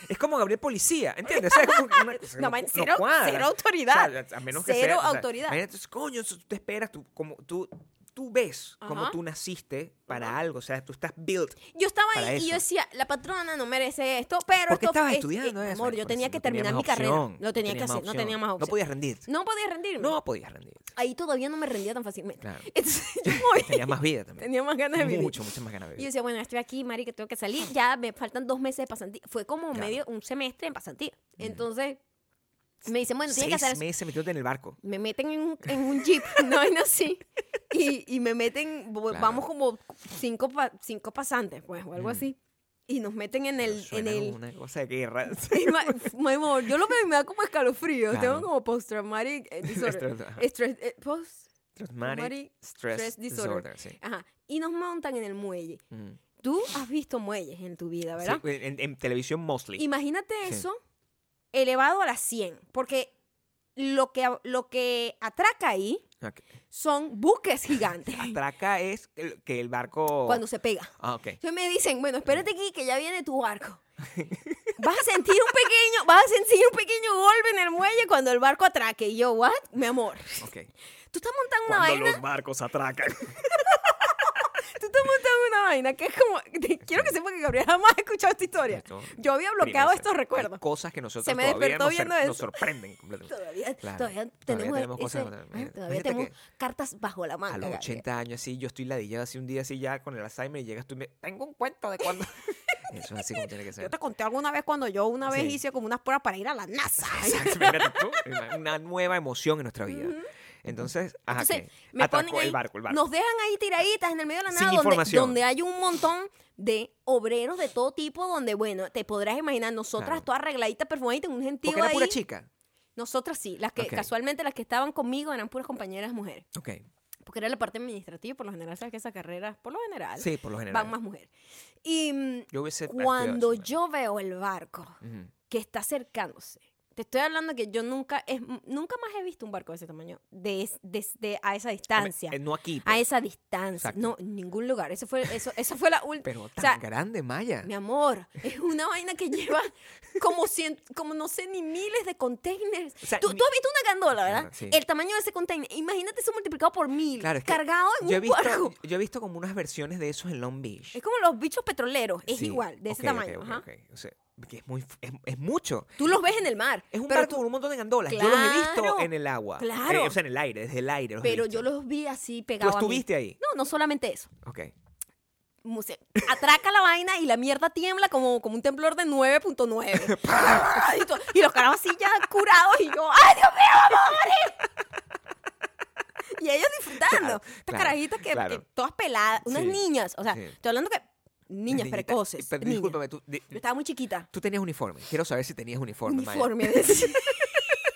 B: Es como Gabriel Policía, ¿entiendes? O sea, es como
A: (laughs)
B: una cosa que
A: No, man, cero-
B: cuadra.
A: cero autoridad.
B: O sea, a menos que
A: Cero
B: sea, o sea,
A: autoridad.
B: imagínate, coño, tú te esperas, tú, como, tú, tú ves como
A: Ajá.
B: tú naciste para algo. O sea, tú estás built.
A: Yo estaba
B: Para
A: ahí y
B: eso.
A: yo decía, la patrona no merece esto, pero
B: ¿Por qué
A: esto
B: estabas
A: es-
B: estudiando
A: eh,
B: eso?
A: Amor, yo
B: Por
A: tenía
B: eso,
A: que
B: no tenías
A: terminar mi
B: más
A: carrera.
B: opción,
A: Lo tenía que
B: más
A: hacer, no tenía
B: opción,
A: más
B: No
A: opción.
B: podías
A: (laughs)
B: rendirte.
A: No podía rendirme.
B: No podías rendirte.
A: Ahí todavía no me rendía tan fácilmente.
B: Claro.
A: (laughs) Entonces yo me voy.
B: Tenías más
A: (laughs)
B: vida también.
A: tenía más ganas de vivir.
B: Mucho, mucho más ganas
A: Y yo
B: de vivir. Ah.
A: decía, bueno, estoy aquí, Mari, que tengo que salir. Ya me faltan dos meses de pasantía. Fue como
B: Claro.
A: medio un semestre en pasantía. Entonces me dicen, bueno, tienes que
B: Seis
A: hacer eso.
B: meses metiéndote en el barco.
A: me meten en un, en un jeep, (laughs) no vaina así, y, y me meten, bo-
B: Claro.
A: vamos como cinco, pa- cinco pasantes, pues, o algo
B: Mm.
A: así, y nos meten en
B: Pero
A: el... En
B: suena
A: (laughs)
B: como
A: el
B: una cosa de guerra. (laughs)
A: Ma- mi amor, yo lo me, me da como escalofrío,
B: Claro.
A: tengo como post-traumatic
B: (laughs)
A: eh, disorder.
B: Stress- ajá.
A: Stress, eh, post,
B: Traumatic
A: Traumatic
B: stress
A: stress disorder.
B: disorder, sí.
A: ajá, y nos montan en el muelle.
B: Mm.
A: Tú has visto muelles en tu vida,
B: Sí,
A: ¿verdad?
B: en, en televisión mostly.
A: Imagínate
B: Sí.
A: eso elevado a las 100, porque lo que, lo que atraca ahí
B: Ok.
A: son buques
B: (laughs)
A: gigantes.
B: Atraca es el- que el barco.
A: cuando se pega.
B: Ah, ok.
A: Entonces me dicen, bueno, espérate aquí que ya viene tu barco. (laughs) Vas a sentir un pequeño, vas a sentir un pequeño golpe en el muelle cuando el barco atraque. Y yo, what? Mi amor, (laughs)
B: ok.
A: tú estás montando una
B: Cuando
A: (laughs) vaina,
B: los barcos atracan.
A: Tú te montas en una vaina que es como. te- quiero que sepa que Gabriel jamás ha escuchado esta historia.
B: Esto-
A: Yo había
B: Primero,
A: bloqueado
B: se-
A: estos
B: hay
A: recuerdos.
B: Cosas que nosotros
A: Se me
B: todavía
A: despertó
B: nos, sor-
A: viendo eso.
B: nos sorprenden completamente.
A: Todavía,
B: Claro,
A: todavía
B: todavía
A: tenemos,
B: tenemos cosas,
A: ese- ah,
B: imagínate
A: todavía
B: que
A: tenemos cartas bajo la manga.
B: A los
A: Gabriel.
B: 80 años, así, yo estoy ladillado así un día así ya con el Alzheimer y llegas tú y me... Tengo un cuento
A: (laughs)
B: de cuando... Eso es así como tiene que ser.
A: Yo te
B: (laughs)
A: conté alguna vez cuando yo una vez
B: Sí.
A: hice como unas pruebas para ir a la NASA.
B: Exacto, imagínate tú, una- Una nueva emoción en nuestra vida. Entonces, ajá,
A: Entonces,
B: ¿qué?
A: me
B: Atracó
A: ponen ahí,
B: el barco, el barco.
A: nos dejan ahí tiraditas en el medio de la
B: Sin
A: nada donde,
B: información.
A: donde hay un montón de obreros de todo tipo donde, bueno, te podrás imaginar, nosotras
B: Claro.
A: todas arregladitas, perfumaditas, un gentío
B: Porque era
A: ahí.
B: pura chica.
A: Nosotras sí, las que
B: Ok.
A: casualmente las que estaban conmigo eran puras compañeras mujeres,
B: Ok,
A: porque era la parte administrativa, y por lo general, sabes que esas carreras, por lo general,
B: sí, por lo general.
A: van más mujeres. Y mm,
B: Yo hubiese... ah, estudiado
A: cuando
B: eso,
A: yo veo el barco
B: ¿no? Ujú.
A: que está acercándose, te estoy hablando que yo nunca, es, nunca más he visto un barco de ese tamaño, de, es- desde a esa distancia.
B: Eh, No aquí,
A: a
B: pues,
A: esa distancia.
B: Exacto.
A: No, en ningún lugar. Eso fue, eso, eso fue la última.
B: pero tan
A: sea,
B: grande, Maya.
A: Mi amor, es una vaina que lleva como cien, como no sé, ni miles de containers.
B: O sea,
A: tú,
B: ni-
A: tú has visto una gandola, ¿verdad?
B: Claro, sí.
A: El tamaño de ese container. Imagínate eso multiplicado por mil.
B: Claro, es que
A: cargado en
B: yo he
A: un
B: visto,
A: barco.
B: Yo he visto como unas versiones de esos en Long Beach.
A: Es como los bichos petroleros. Es
B: Sí,
A: igual, de ese
B: ok, ok,
A: tamaño.
B: ok,
A: ajá.
B: ok. O sea, que es, muy, es, es mucho.
A: Tú los ves en el mar.
B: Es un
A: pero
B: barco
A: tú-
B: con un montón de gandolas. yo los he visto
A: Claro,
B: en el agua.
A: claro.
B: Eh, o sea, en el aire, desde el aire. los he
A: pero
B: visto.
A: yo los vi así
B: Tú
A: pegados. a mí.
B: estuviste ahí.
A: No, no solamente eso.
B: Ok.
A: mu- se atraca la vaina y la mierda tiembla como, como un temblor de
B: (laughs)
A: 9.9. y, to- y los carajos así ya curados y yo, ¡ay, Dios mío, vamos a morir! (laughs) Y ellos disfrutando.
B: Claro,
A: Estas
B: claro,
A: carajitas que, que
B: claro.
A: todas peladas, unas
B: Sí,
A: niñas, o sea,
B: sí.
A: estoy hablando que niñas
B: Niñita,
A: precoces.
B: eh, Pero
A: niñas.
B: discúlpame, tú, di-
A: Yo estaba muy chiquita.
B: tú tenías uniforme. Quiero saber si tenías uniforme, Maya.
A: Uniforme (laughs) de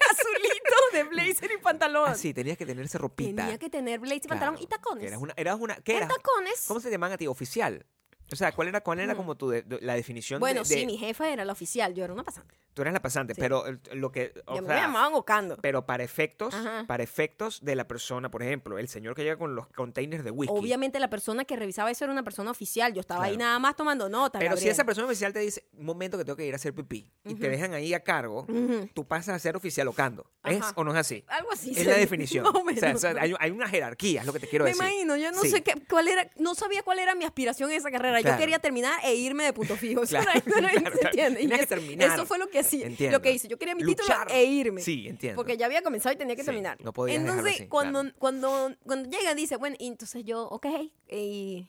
A: azulito de blazer y pantalón.
B: Ah, sí, tenías que tener esa ropita.
A: Tenía que tener blazer y pantalón
B: Claro,
A: y tacones.
B: Eras una, eras una, ¿Qué
A: ¿Qué
B: eras?
A: tacones?
B: ¿Cómo se llaman a ti? Oficial. O sea, ¿cuál era, cuál era como tu de- de- la
A: Mm.
B: definición
A: Bueno,
B: de,
A: sí,
B: de-
A: mi jefa era la oficial, yo era una pasante.
B: Tú eras la pasante,
A: Sí.
B: pero eh, lo que... o
A: Ya me
B: sea,
A: llamaban Ocando.
B: pero para efectos,
A: Ajá.
B: para efectos de la persona, por ejemplo, el señor que llega con los containers de whisky.
A: Obviamente la persona que revisaba eso era una persona oficial. Yo estaba ahí
B: Claro.
A: nada más tomando nota.
B: Pero si
A: Gabriela.
B: esa persona oficial te dice, un momento que tengo que ir a hacer pipí, y te dejan ahí a cargo,
A: Ujú.
B: tú pasas a ser oficial ocando. ¿Es
A: Ajá.
B: o no es así?
A: Algo así.
B: Es la
A: (laughs) sería,
B: definición.
A: más o
B: O sea,
A: menos.
B: o sea, hay, hay una jerarquía, es lo que te quiero
A: me
B: decir.
A: imagino, yo no
B: Sí.
A: sé qué, cuál era, no sabía cuál era mi aspiración en esa carrera.
B: Claro.
A: Yo quería terminar e irme de punto fijo. (laughs) Eso
B: Claro,
A: era- eso era-
B: claro,
A: ¿se
B: claro.
A: entiende? Y
B: Tenías que
A: eso-
B: terminar.
A: Eso fue lo que hacía,
B: Entiendo.
A: lo que hice. Yo quería mi
B: Luchar.
A: título e irme.
B: Sí, entiendo.
A: Porque ya había comenzado y tenía que
B: Sí,
A: terminar.
B: no podías dejarlo
A: entonces,
B: así,
A: cuando,
B: claro.
A: cuando, cuando llega, dice, bueno, y entonces yo, ok, y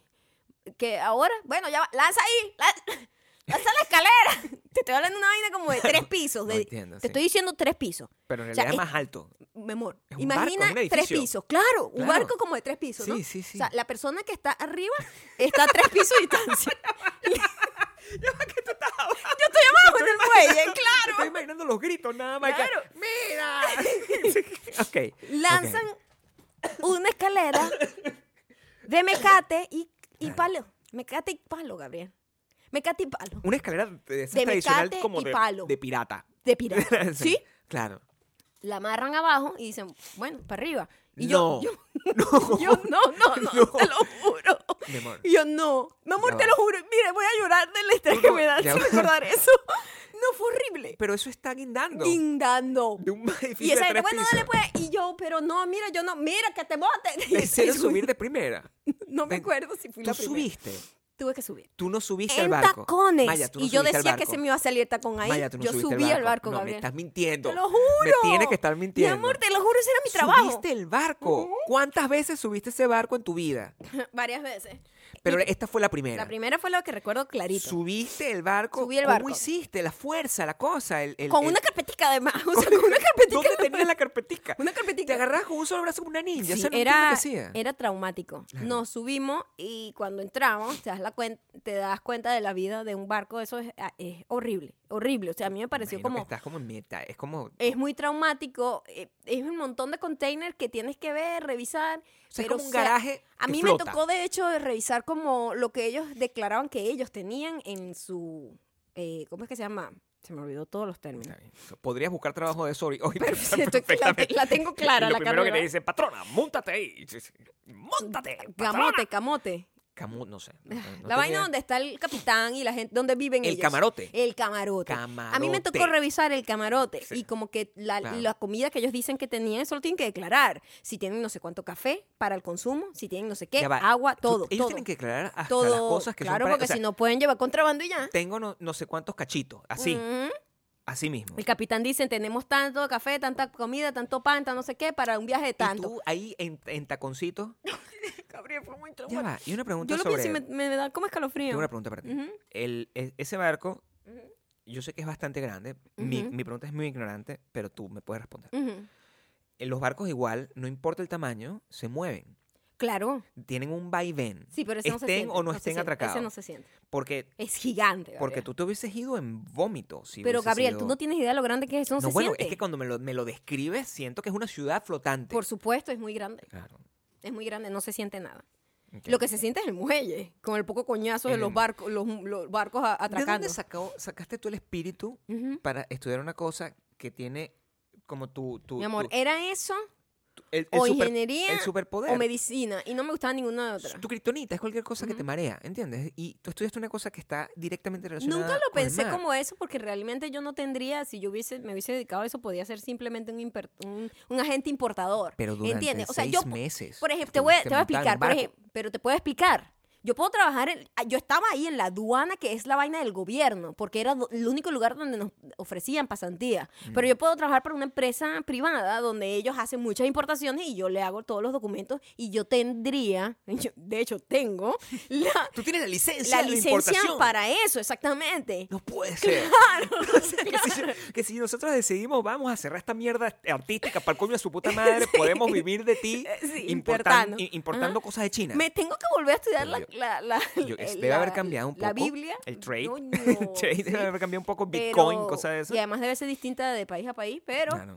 A: que ahora, bueno, ya va, lanza ahí, lan- lanza la (laughs) escalera. (laughs) te estoy hablando de una vaina como de tres pisos.
B: No
A: de-
B: entiendo,
A: te
B: sí.
A: estoy diciendo tres pisos.
B: Pero en
A: O sea,
B: realidad
A: es-
B: es más alto.
A: Mi amor,
B: Es un barco,
A: imagina
B: es un
A: tres
B: edificio.
A: pisos. Claro, un
B: Claro.
A: barco como de tres pisos, ¿no?
B: Sí, sí,
A: O
B: sí.
A: sea, la persona que está arriba está a tres pisos de
B: (laughs)
A: distancia. (laughs) Yo estoy abajo en el muelle,
B: (laughs)
A: claro.
B: Estoy imaginando los gritos nada más. que-
A: Claro.
B: ¡Mira! ok.
A: lanzan
B: ok.
A: una escalera de mecate y, y palo. Mecate y palo, Gabriel. Mecate y palo.
B: Una escalera de esas
A: De
B: tradicional
A: mecate
B: como
A: y
B: de,
A: palo.
B: de pirata.
A: De pirata.
B: (laughs)
A: ¿Sí?
B: Claro.
A: La amarran abajo y dicen, bueno, para arriba. Y
B: (laughs) No.
A: yo, yo,
B: (laughs)
A: yo, no, no, no,
B: No.
A: te lo juro.
B: Mi amor.
A: Y yo, no. Mi amor,
B: Ya
A: te
B: va.
A: lo juro. Mire, voy a llorar del estrés
B: (laughs)
A: que me da
B: Ya
A: sin
B: va.
A: recordar eso. (laughs) No, fue horrible.
B: Pero eso está guindando.
A: Guindando.
B: de un edificio
A: Y esa
B: de
A: gente,
B: tres
A: bueno,
B: pisos.
A: dale (laughs) pues. Y yo, pero no, mira, yo no, mira, que te bote. (laughs)
B: Te hicieron subir de primera.
A: No me
B: Ven,
A: acuerdo si fui
B: Tú
A: la primera.
B: subiste.
A: Tuve que subir.
B: Tú no subiste al
A: en
B: barco.
A: tacones.
B: Maya, tú no
A: y yo
B: subiste al
A: decía que
B: barco.
A: se me iba a salir tacón ahí.
B: Maya, tú no
A: yo
B: subiste
A: subí al barco,
B: no, me
A: Gabriel.
B: estás mintiendo.
A: Te lo juro.
B: Me tienes que estar mintiendo.
A: Mi amor, te lo juro, ese era mi trabajo.
B: Subiste el barco. ¿Cuántas veces subiste ese barco en tu vida?
A: (laughs) Varias veces.
B: Pero esta fue la primera.
A: La primera fue lo que recuerdo clarito.
B: Subiste el barco.
A: Subí el barco.
B: ¿Cómo hiciste? La fuerza, la cosa. El, el-
A: con
B: el-
A: una (laughs) carpetica además. O sea, con una carpetica.
B: ¿Dónde tenías la carpetica?
A: Una carpetica.
B: Te agarrabas con un solo brazo como una ninja.
A: Sí,
B: Eso no entiendo
A: era,
B: qué hacía.
A: era traumático. Nos subimos y cuando entramos te das, la cuen- te das cuenta de la vida de un barco. Eso es, ah, es horrible, horrible. O sea, a mí me pareció
B: Imagino que
A: como...
B: Estás como en meta. Es como...
A: Es muy traumático, eh, es un montón de containers que tienes que ver, revisar.
B: O sea, es
A: pero,
B: como un
A: o sea,
B: garaje
A: A
B: que
A: mí
B: flota.
A: me tocó, de hecho, de revisar como lo que ellos declaraban que ellos tenían en su... eh, ¿Cómo es que se llama? Se me olvidó todos los términos.
B: (laughs) Está bien. Podrías buscar trabajo de eso hoy. hoy (laughs)
A: Pero siento que la,
B: perfectamente.
A: la tengo clara,
B: Y lo
A: la
B: primero que
A: carrera.
B: te dice, patrona, montate ahí. Montate.
A: Camote, camote.
B: Camu- no sé. no- no
A: la
B: tenía-
A: vaina donde está el capitán y la gente, donde viven
B: El
A: ellos.
B: camarote.
A: El camarote.
B: Camarote.
A: A mí me tocó revisar el camarote
B: Sí.
A: y como que la,
B: Claro.
A: la comida que ellos dicen que tenían, solo tienen que declarar. Si tienen no sé cuánto café para el consumo, si tienen no sé qué,
B: Ya va,
A: agua,
B: tú-
A: todo.
B: Ellos
A: todo,
B: tienen que declarar hasta
A: todo.
B: las cosas que son
A: claro,
B: para- o
A: porque
B: sea,
A: si no pueden llevar contrabando y ya.
B: Tengo no, no sé cuántos cachitos. Así,
A: Ujú.
B: así mismo.
A: El capitán dice, tenemos tanto café, tanta comida, tanto pan, tan no sé qué, para un viaje de
B: Y
A: tanto.
B: tú ahí en, en taconcito.
A: Gabriel, fue muy
B: Ya va. Y una pregunta
A: Yo lo
B: sobre.
A: pienso y me, me da como escalofrío.
B: Tengo una pregunta para ti.
A: Ujú.
B: El- e- ese barco,
A: Ujú.
B: yo sé que es bastante grande. mi,
A: Ujú.
B: mi pregunta es muy ignorante, pero tú me puedes responder.
A: Ujú.
B: En los barcos, igual, no importa el tamaño, se mueven.
A: Claro.
B: Tienen un vaivén.
A: Sí, pero ese no se
B: Estén
A: siente.
B: o no
A: se
B: estén
A: siente,
B: atracados.
A: Ese no se siente.
B: Porque,
A: Es gigante.
B: porque
A: Gabriel.
B: tú te hubieses ido en vómito. Si
A: Pero
B: hubiese
A: Gabriel, tú
B: sido-
A: no tienes idea de lo grande que es eso. No,
B: No,
A: se
B: bueno,
A: siente.
B: es que cuando me lo, me lo describes, siento que es una ciudad flotante.
A: Por supuesto, es muy grande.
B: Claro.
A: Es muy grande, no se siente nada.
B: ok.
A: Lo que se siente es el muelle, con el poco coñazo de
B: En
A: los
B: el-
A: barcos, los, los barcos a-
B: ¿De
A: atracando.
B: dónde sacó- sacaste tú el espíritu
A: Ujú.
B: para estudiar una cosa que tiene como tu... tu
A: Mi amor,
B: tu-
A: ¿era eso
B: tu- el, el
A: o
B: super-
A: ingeniería
B: el superpoder.
A: o medicina? Y no me gustaba ninguna otra.
B: Tu criptonita es cualquier cosa que te
A: Ujú.
B: marea, ¿entiendes? Y tú estudiaste una cosa que está directamente relacionada
A: Nunca lo
B: con el
A: pensé
B: mar.
A: como eso porque realmente yo no tendría, si yo hubiese, me hubiese dedicado a eso, podía ser simplemente un, imper- un, un agente importador.
B: Pero durante
A: ¿Entiendes?
B: ¿entiendes?
A: O sea,
B: seis
A: yo,
B: meses.
A: Por ejemplo, te
B: estu-
A: voy, a- te voy a
B: montaron en
A: explicar, por
B: barco.
A: ejemplo, pero te puedo explicar. Yo puedo trabajar, en- ah, yo estaba ahí en la aduana, que es la vaina del gobierno, porque era do- el único lugar donde nos ofrecían pasantía.
B: Mm.
A: Pero yo puedo trabajar para una empresa privada donde ellos hacen muchas importaciones y yo le hago todos los documentos y yo tendría, (laughs) yo- de hecho tengo, la,
B: Tú tienes la licencia
A: la
B: de
A: licencia
B: importación.
A: para eso,
B: (laughs)
A: exactamente. (laughs)
B: No puede ser.
A: Claro,
B: que, si,
A: (laughs)
B: que si nosotros decidimos, vamos a cerrar esta mierda artística para el coño de su puta madre, podemos vivir de ti
A: (laughs) Sí, Eh,
B: importan-
A: importando.
B: i- importando cosas de China.
A: Me tengo que volver a estudiar la,
B: Pero yo-
A: la, la-
B: Yo-
A: eh,
B: es- debe haber
A: la-
B: cambiado un poco.
A: La Biblia.
B: El trade.
A: Coño,
B: (laughs) El trade
A: sí.
B: debe haber cambiado un poco. Bitcoin,
A: Pero-
B: cosas de esas.
A: Y además debe ser distinta de país a país, pero
B: Claro,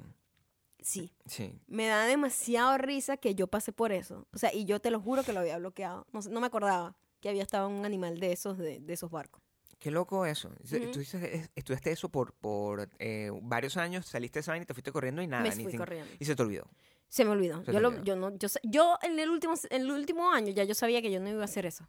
A: sí.
B: sí.
A: Me da demasiado risa que yo pasé por eso. O sea, y yo te lo juro que lo había bloqueado. No, sé, no me acordaba que había estado un animal de esos, de, de esos barcos.
B: Qué loco eso. Se-
A: Ujú.
B: Tú dices, es- estudiaste eso por, por eh, varios años, saliste de esa vaina y te fuiste corriendo y nada.
A: me
B: ni
A: fui
B: te-
A: corriendo.
B: Y se te olvidó.
A: Se me olvidó.
B: Se
A: yo,
B: te
A: lo-
B: olvidó.
A: yo, no, yo, sa- yo en el último, en el último año ya yo sabía que yo no iba a hacer eso.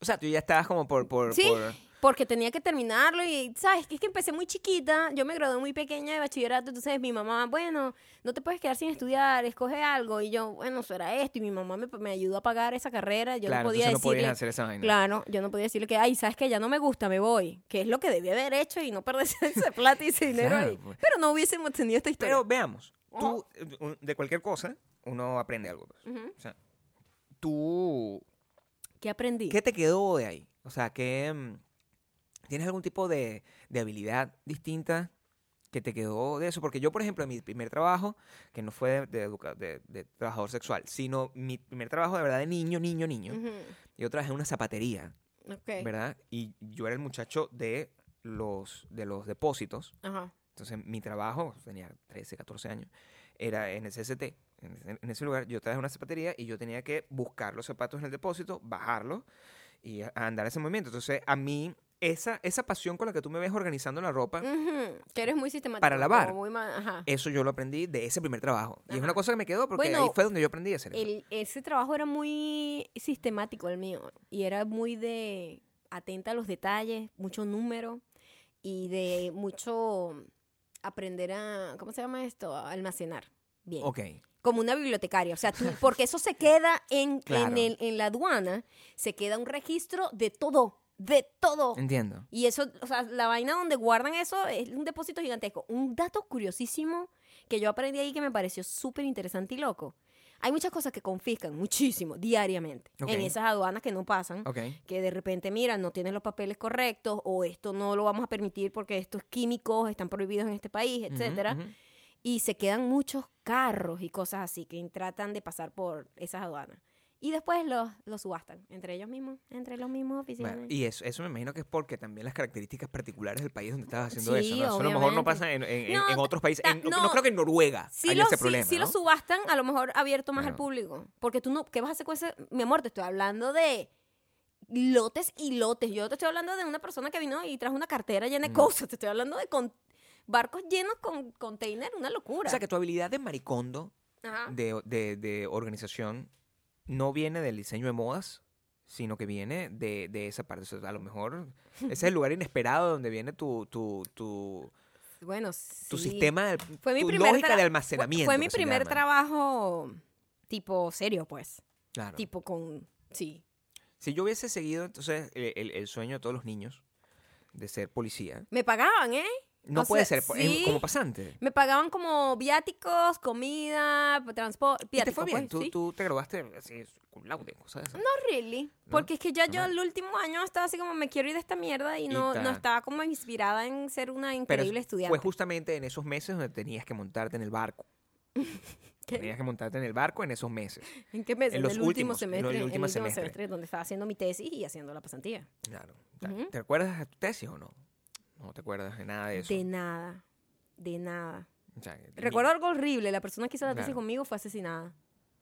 B: O sea, tú ya estabas como por... por,
A: Sí.
B: por-
A: Porque tenía que terminarlo y, ¿sabes? Es que empecé muy chiquita, yo me gradué muy pequeña de bachillerato, entonces mi mamá, bueno, no te puedes quedar sin estudiar, escoge algo. Y yo, bueno, eso era esto. Y mi mamá me, me ayudó a pagar esa carrera, yo
B: claro,
A: no podía
B: entonces no
A: decirle...
B: podías hacer esa vaina.
A: Claro, yo no podía decirle que, ay, sabes que ya no me gusta, me voy, que es lo que debía haber hecho y no perder (laughs) ese plata y ese dinero
B: Claro,
A: ahí.
B: pues.
A: Pero no hubiésemos tenido esta historia.
B: Pero veamos, tú, eh, un- de cualquier cosa, uno aprende algo. pues.
A: Ujú.
B: O sea, tú...
A: ¿Qué aprendí?
B: ¿Qué te quedó de ahí? O sea, que mm, tienes algún tipo de, de habilidad distinta que te quedó de eso. Porque yo, por ejemplo, en mi primer trabajo, que no fue de, de educa- de- de trabajador sexual, sino mi primer trabajo de verdad de niño, niño, niño,
A: Ujú,
B: yo trabajé en una zapatería,
A: ok,
B: ¿verdad? Y yo era el muchacho de los, de los depósitos.
A: ajá.
B: Entonces, mi trabajo, tenía 13, 14 años, era en el CST. En ese- en ese lugar, yo trabajé en una zapatería y yo tenía que buscar los zapatos en el depósito, bajarlos y a- andar ese movimiento. Entonces, a mí, esa, esa pasión con la que tú me ves organizando la ropa,
A: Mm. Ujú, Que eres muy sistemático.
B: Para lavar.
A: como muy ma- ajá.
B: eso yo lo aprendí de ese primer trabajo. Y es una
A: Ajá.
B: cosa que me quedó porque ahí
A: Bueno,
B: fue donde yo aprendí a hacer eso.
A: El- ese trabajo era muy sistemático el mío y era muy de atenta a los detalles, mucho número y de mucho aprender a, ¿cómo se llama esto? A almacenar. Bien.
B: Ok.
A: como una bibliotecaria. O sea, tú- porque eso se queda en,
B: Claro.
A: en, el- en la aduana, se queda un registro de todo, de todo.
B: Entiendo.
A: Y eso, o sea, la vaina donde guardan eso es un depósito gigantesco. Un dato curiosísimo que yo aprendí ahí que me pareció súper interesante y loco. Hay muchas cosas que confiscan muchísimo diariamente
B: Ok.
A: en esas aduanas que no pasan
B: Ok.
A: que de repente, mira, no tienes los papeles correctos o esto no lo vamos a permitir porque estos químicos están prohibidos en este país,
B: Ujú,
A: etcétera.
B: ujú.
A: Y se quedan muchos carros y cosas así que tratan de pasar por esas aduanas. Y después los, los subastan entre ellos mismos, entre los mismos oficiales.
B: Bueno, y eso, eso me imagino que es porque también las características particulares del país donde estabas haciendo
A: Sí,
B: eso. ¿no? Eso a lo mejor no
A: obviamente.
B: pasa en, en- en-
A: No,
B: en otros países.
A: ta-
B: En- no,
A: no.
B: creo que en Noruega
A: si
B: haya
A: los,
B: ese
A: sí-
B: problema.
A: sí
B: ¿no?
A: los subastan, a lo mejor abierto más al
B: Claro.
A: público. Porque tú no, ¿qué vas a hacer con ese? Mi amor, te estoy hablando de lotes y lotes. Yo te estoy hablando de una persona que vino y trajo una cartera llena de
B: Mm.
A: cosas. Te estoy hablando de con- barcos llenos con container, una locura.
B: O sea, que tu habilidad de maricondo,
A: Ajá.
B: de, de- de organización, no viene del diseño de modas, sino que viene de, de esa parte. O sea, a lo mejor ese es el lugar inesperado donde viene tu, tu, tu,
A: Bueno,
B: tu
A: sí.
B: sistema,
A: Fue mi
B: tu
A: primer
B: lógica
A: tra-
B: de
A: fue-
B: almacenamiento.
A: Fue mi
B: que se
A: primer
B: llama.
A: trabajo tipo serio, pues.
B: Claro.
A: Tipo con... Sí.
B: Si yo hubiese seguido entonces el, el- el sueño de todos los niños de ser policía,
A: Me pagaban, ¿eh?
B: no
A: O
B: puede
A: sea,
B: ser po- es
A: sí.
B: como pasante.
A: Me pagaban como viáticos, comida, transporte.
B: Y te Este fue bien, tú,
A: pues, ¿sí?
B: tú te graduaste así, con laude, cosas de esas.
A: No, really. Porque es que ya yo
B: Ajá.
A: el último año estaba así como, me quiero ir de esta mierda y no,
B: ta.
A: no estaba como inspirada en ser una increíble estudiante.
B: Fue justamente en esos meses donde tenías que montarte en el barco.
A: (laughs) ¿Qué?
B: Tenías que montarte en el barco en esos meses.
A: ¿En qué mes?
B: en
A: En,
B: los
A: el último
B: últimos, en lo- el
A: semestre. En el
B: último
A: último
B: semestre.
A: semestre. donde estaba haciendo mi tesis y haciendo la pasantía.
B: Claro. Ta-
A: Ujú.
B: ¿Te acuerdas de tu tesis o no? No te acuerdas de nada de eso.
A: De nada. De nada.
B: O sea, que-
A: Recuerdo algo horrible. La persona que hizo la tesis
B: Claro.
A: conmigo fue asesinada.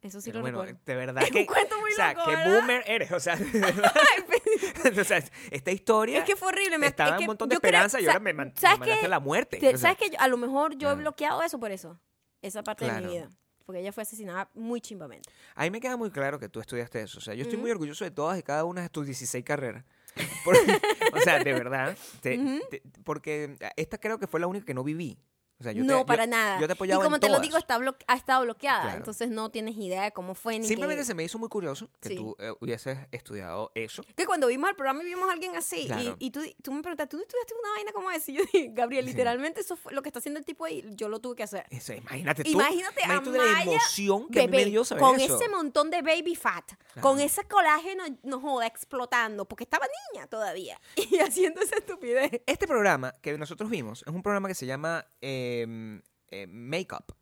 A: Eso sí
B: pero
A: lo
B: bueno, (laughs)
A: recuerdo.
B: de verdad que.
A: Un cuento muy
B: o sea,
A: loco,
B: qué
A: ¿verdad?
B: boomer eres.
A: (laughs)
B: O sea, (laughs) o sea, esta historia.
A: Es que fue horrible. Me
B: estaba
A: es que
B: un montón de
A: yo creo-
B: esperanza y
A: sa-
B: ahora me, man- me
A: ¿Sabes
B: mandaste a
A: qué?
B: la muerte.
A: Te-
B: O sea,
A: ¿Sabes qué? Yo- A lo mejor yo he
B: Claro.
A: bloqueado eso por eso. Esa parte de
B: Claro.
A: mi vida. Porque ella fue asesinada muy chimbamente.
B: A mí me queda muy claro que tú estudiaste eso. O sea, yo estoy
A: Ujú.
B: muy orgulloso de todas y cada una de tus 16 carreras. (laughs) Por- o sea, de verdad. te-
A: Ujú.
B: te- porque ah, esta creo que fue la única que no viví. O sea, yo te-
A: no,
B: yo-
A: para nada.
B: yo te
A: y
B: apoyaba
A: como
B: en
A: te
B: todas.
A: lo digo, está bloque- ha estado bloqueada.
B: Claro.
A: Entonces no tienes idea de cómo fue ni qué-
B: Simplemente se me hizo muy curioso que
A: Sí.
B: tú eh, hubieses estudiado eso.
A: Que cuando vimos el programa y vimos a alguien así, y-
B: Claro.
A: y, tú, tú me preguntas, ¿tú no estudiaste una vaina como esa? Y yo dije, Gabriel,
B: Sí.
A: literalmente eso fue lo que está haciendo el tipo ahí, yo lo tuve que hacer.
B: Eso, imagínate tú.
A: Imagínate a
B: imagínate tú la
A: Maya,
B: emoción que a mí
A: Bebé,
B: me dio saber
A: con
B: eso.
A: ese montón de baby fat, con ese colágeno, no joda, explotando, porque estaba niña todavía, (laughs) y haciendo esa estupidez.
B: Este programa que nosotros vimos es un programa que se llama eh, eh, Makeup.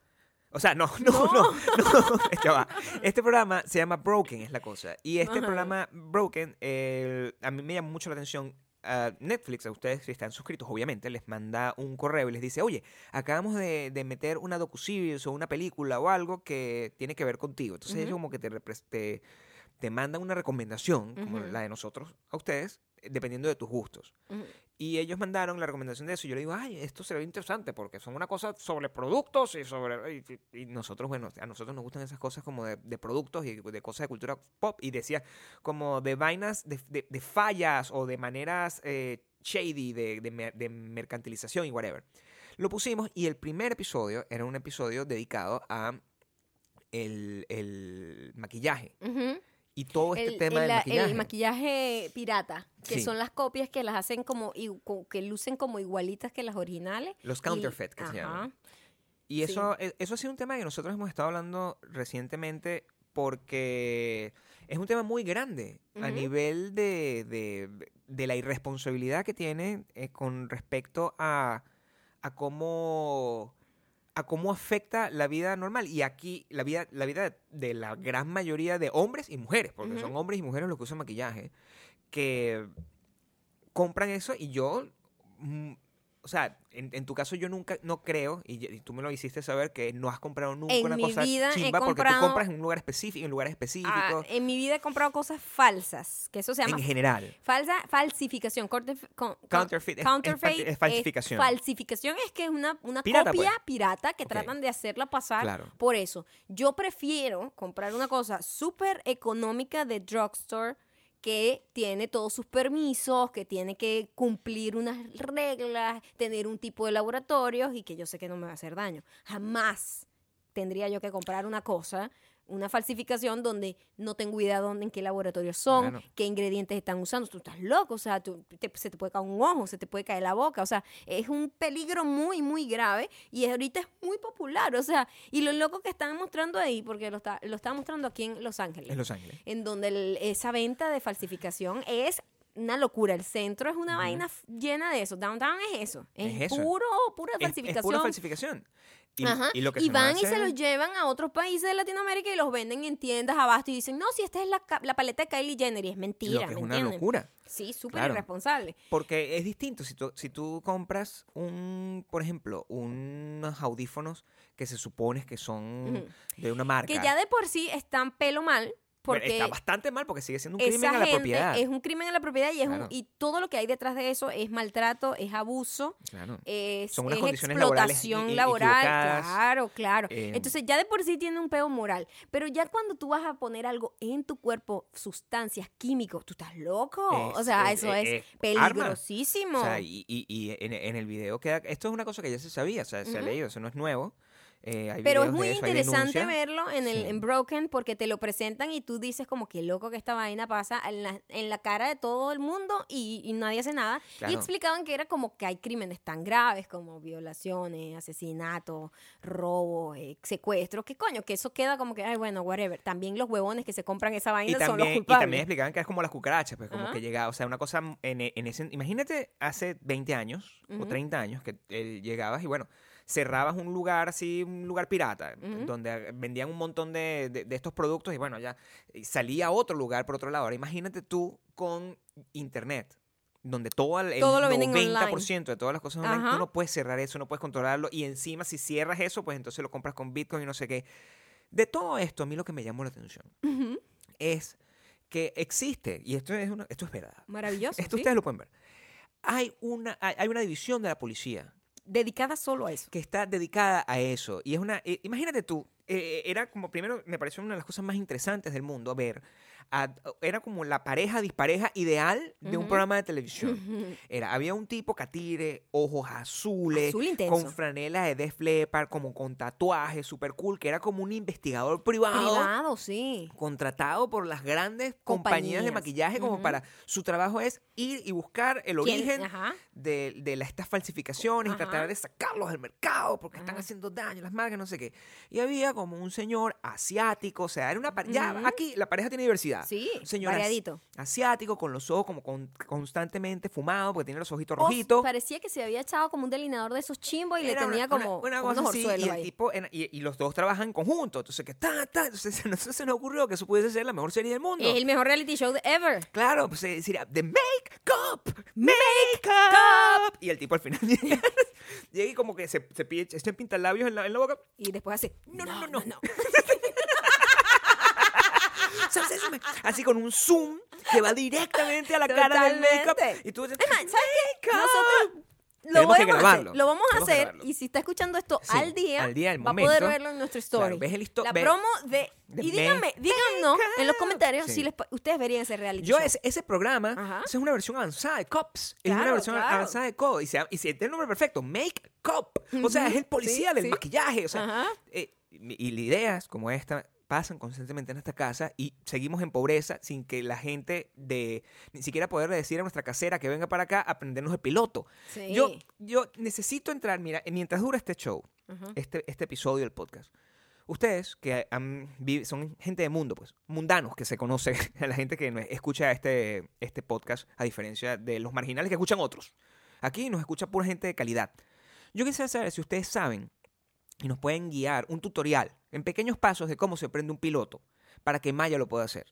B: O sea, no, (laughs) no, no, no, (laughs) ya va. Este programa se llama Broken, es la cosa. Y este
A: Ajá.
B: programa Broken, eh, a mí me llama mucho la atención. a Netflix, a ustedes si están suscritos, obviamente, les manda un correo y les dice, oye, acabamos de, de meter una docuseries o una película o algo que tiene que ver contigo. Entonces
A: Ujú.
B: ellos como que te, repres- te, te mandan una recomendación, como
A: Ujú.
B: la de nosotros, a ustedes, eh, dependiendo de tus gustos.
A: Ujú.
B: Y ellos mandaron la recomendación de eso. Y yo le digo, ay, esto se ve interesante porque son una cosa sobre productos y sobre. Y, y- y nosotros, bueno, a nosotros nos gustan esas cosas como de, de productos y de cosas de cultura pop. Y decía, como de vainas, de, de- de fallas o de maneras eh, shady de, de mer- de mercantilización y whatever. Lo pusimos y el primer episodio era un episodio dedicado a el, el maquillaje
A: Ujú.
B: y todo este tema del
A: la- el
B: maquillaje.
A: maquillaje pirata, que
B: Sí.
A: son las copias que las hacen como, y- co- que lucen como igualitas que las originales.
B: los
A: y-
B: counterfeit, que se llaman.
A: ajá.
B: Y
A: Sí.
B: eso, e- eso ha sido un tema que nosotros hemos estado hablando recientemente porque es un tema muy grande a
A: Ujú.
B: nivel de, de- de la irresponsabilidad que tiene eh, con respecto a, a cómo a cómo afecta la vida normal y aquí la vida la vida de la gran mayoría de hombres y mujeres porque
A: Ujú.
B: son hombres y mujeres los que usan maquillaje que compran eso y yo mm, o sea, en, en tu caso yo nunca, no creo, y, ya- y tú me lo hiciste saber, que no has comprado nunca
A: En
B: una
A: mi
B: cosa
A: vida he
B: chimba porque tú
A: comprado-
B: compras en un lugar específico, en lugares
A: Ah,
B: específicos,
A: en mi vida he comprado cosas falsas, que eso se llama
B: en general.
A: Falsa, falsificación. corte- con- con-
B: Counterfeit es- es
A: counterfeit
B: falsi- es falsificación.
A: falsificación es que es una, una
B: Pirata,
A: copia
B: pues.
A: pirata que
B: Ok.
A: tratan de hacerla pasar
B: Claro.
A: por eso. Yo prefiero comprar una cosa súper económica de drugstore que tiene todos sus permisos, que tiene que cumplir unas reglas, tener un tipo de laboratorios y que yo sé que no me va a hacer daño. Jamás tendría yo que comprar una cosa, una falsificación donde no tengo idea dónde, en qué laboratorios son,
B: Claro.
A: qué ingredientes están usando. Tú estás loco, o sea, tú- te- se te puede caer un ojo, se te puede caer la boca. O sea, es un peligro muy, muy grave y ahorita es muy popular. O sea, y lo loco que están mostrando ahí, porque lo, está, lo están mostrando aquí en Los Ángeles
B: En Los Ángeles.
A: en donde el- esa venta de falsificación es una locura. El centro es una
B: Ujú.
A: vaina f- llena de eso. Downtown es eso. Es,
B: Es eso.
A: puro, pura
B: Es- Es,
A: falsificación.
B: pura falsificación. Y,
A: Ajá.
B: y lo que
A: Y
B: se nos
A: van y
B: hace-
A: se los llevan a otros países de Latinoamérica y los venden en tiendas abasto y dicen, no, si esta es la, ca- la paleta de Kylie Jenner y es mentira.
B: Lo que es
A: ¿me
B: una
A: entienden?
B: locura.
A: Sí, súper
B: Claro.
A: irresponsable.
B: Porque es distinto. Si tú, si tú compras un, por ejemplo, unos audífonos que se supone que son
A: Ujú.
B: de una marca.
A: Que ya de por sí están pelo mal
B: Bueno,
A: porque
B: está bastante mal porque sigue siendo un crimen
A: esa
B: a la
A: gente
B: propiedad.
A: es un crimen a la propiedad y, es un-
B: Claro.
A: y todo lo que hay detrás de eso es maltrato, es abuso,
B: Claro.
A: es,
B: Son unas
A: es
B: condiciones laborales
A: explotación
B: i- i-
A: laboral.
B: equivocadas.
A: Claro, claro.
B: Eh,
A: Entonces ya de por sí tiene un peo moral, pero ya cuando tú vas a poner algo en tu cuerpo, sustancias, químicos, tú estás loco.
B: Es-
A: o sea,
B: es-
A: eso
B: es-
A: es,
B: es armas.
A: peligrosísimo.
B: O sea, y, y- y en, en el video queda. Esto es una cosa que ya se sabía, o sea, se ha
A: Ujú.
B: leído, eso no es nuevo. Eh, hay
A: Pero es
B: videos
A: muy
B: de eso, hay
A: interesante
B: denuncias.
A: verlo en, el,
B: Sí.
A: en Broken porque te lo presentan y tú dices como que loco que esta vaina pasa en la, en la cara de todo el mundo y, y nadie hace nada.
B: Claro.
A: Y explicaban que era como que hay crímenes tan graves como violaciones, asesinatos, robos, eh, secuestros. ¿Qué coño? Que eso queda como que, ay, bueno, whatever. También los huevones que se compran esa
B: Y
A: vaina son los
B: también, y
A: culpables.
B: también explicaban que es como las cucarachas, pues como
A: Ajá.
B: que llegaba, o sea, una cosa en, e- en ese... Imagínate hace 20 años o
A: Ujú.
B: 30 años que eh, llegabas y bueno, cerrabas un lugar así, un lugar pirata,
A: Ujú.
B: donde ah, vendían un montón de, de- de estos productos y bueno, ya eh, salía a otro lugar por otro lado. Ahora imagínate tú con internet. Donde todo el, el
A: Todo lo venden
B: 90% de todas las cosas online, tú
A: Ajá.
B: no puedes cerrar eso, no puedes controlarlo. Y encima, si cierras eso, pues entonces lo compras con Bitcoin y no sé qué. De todo esto, a mí lo que me llamó la atención
A: Ujú.
B: es que existe, y esto es, una- esto es verdad,
A: Maravilloso.
B: esto
A: ¿sí?
B: ustedes lo pueden ver, hay una, hay hay una división de la policía
A: Dedicada solo a eso.
B: que está dedicada a eso. Y es una, eh, imagínate tú, eh, era como, primero me pareció una de las cosas más interesantes del mundo, a ver, a- era como la pareja dispareja ideal de un
A: Ujú.
B: programa de televisión.
A: Ujú.
B: Era, había un tipo catire, ojos azules,
A: Azul intenso.
B: con franela de Def Leppard, como con tatuajes, super cool, que era como un investigador privado
A: Privado, sí.
B: contratado por las grandes compañías, de
A: Compañías.
B: maquillaje como
A: Ujú.
B: para su trabajo es ir y buscar el
A: ¿Quién?
B: origen
A: Ajá.
B: de, de la- estas falsificaciones y
A: Ajá.
B: tratar de sacarlos del mercado porque están
A: Ajá.
B: haciendo daño las marcas, no sé qué. Y había como un señor asiático, o sea, era una pareja,
A: Ujú.
B: aquí la pareja tiene diversidad.
A: Sí,
B: Un señor asi-
A: variadito.
B: asiático con los ojos como con- constantemente fumado porque tiene los ojitos
A: Os-
B: rojitos.
A: Parecía que se había echado como un delineador de esos chimbos y
B: Era
A: le
B: una-
A: tenía
B: una-
A: como
B: una
A: como
B: cosa
A: unos
B: así,
A: orzuelos
B: y, el
A: ahí.
B: tipo era- y, y los dos trabajan en conjunto. Entonces, que ta, ta, entonces, (laughs) se- entonces se nos ocurrió que eso pudiese ser la mejor serie del mundo.
A: Es el mejor reality show de ever.
B: Claro, pues eh, sería The Make Up, Make Up. Y el tipo al final (laughs) llega llega y como que se, se, pide- se pinta labios en la, en la boca.
A: Y después hace,
B: No, no, no, no. ¿Sabes eso? Así con un zoom que va directamente a la cara del make up.
A: Totalmente.
B: Y tú dices,
A: Es más, (laughs) ¿sabes qué?
B: Make
A: Nosotros lo
B: Tenemos que
A: podemos
B: grabarlo.
A: hacer. Lo vamos a
B: Tenemos que
A: hacer.
B: grabarlo.
A: Y si está escuchando esto
B: Sí,
A: al día,
B: al día, al
A: va a poder
B: momento.
A: verlo en nuestra story.
B: Claro, ves el histo-
A: La
B: ve-
A: promo de...
B: de
A: y
B: Make-
A: díganme, díganos en los comentarios
B: Sí.
A: si les pa- ustedes verían ese reality
B: Yo
A: show.
B: ese, ese programa,
A: Ajá.
B: esa es una versión avanzada de Cops. es una
A: Claro,
B: versión
A: claro.
B: avanzada de Cops. Y, se- y se- tiene el nombre perfecto, Make Cop. O sea,
A: Ujú,
B: es el policía
A: sí,
B: del
A: sí.
B: maquillaje. O sea,
A: Ajá.
B: eh, y, y ideas como esta pasan constantemente en esta casa y seguimos en pobreza sin que la gente de ni siquiera poderle decir a nuestra casera que venga para acá a aprendernos el piloto.
A: Sí.
B: Yo, yo necesito entrar, mira, mientras dura este show,
A: Ajá.
B: este, este episodio del podcast. Ustedes que han vi- son gente de mundo, pues, mundanos que se conoce a (laughs) la gente que no- escucha este, este podcast, a diferencia de los marginales que escuchan otros. Aquí nos escucha pura gente de calidad. Yo quisiera saber si ustedes saben y nos pueden guiar un tutorial en pequeños pasos de cómo se prende un piloto para que Maya lo pueda hacer.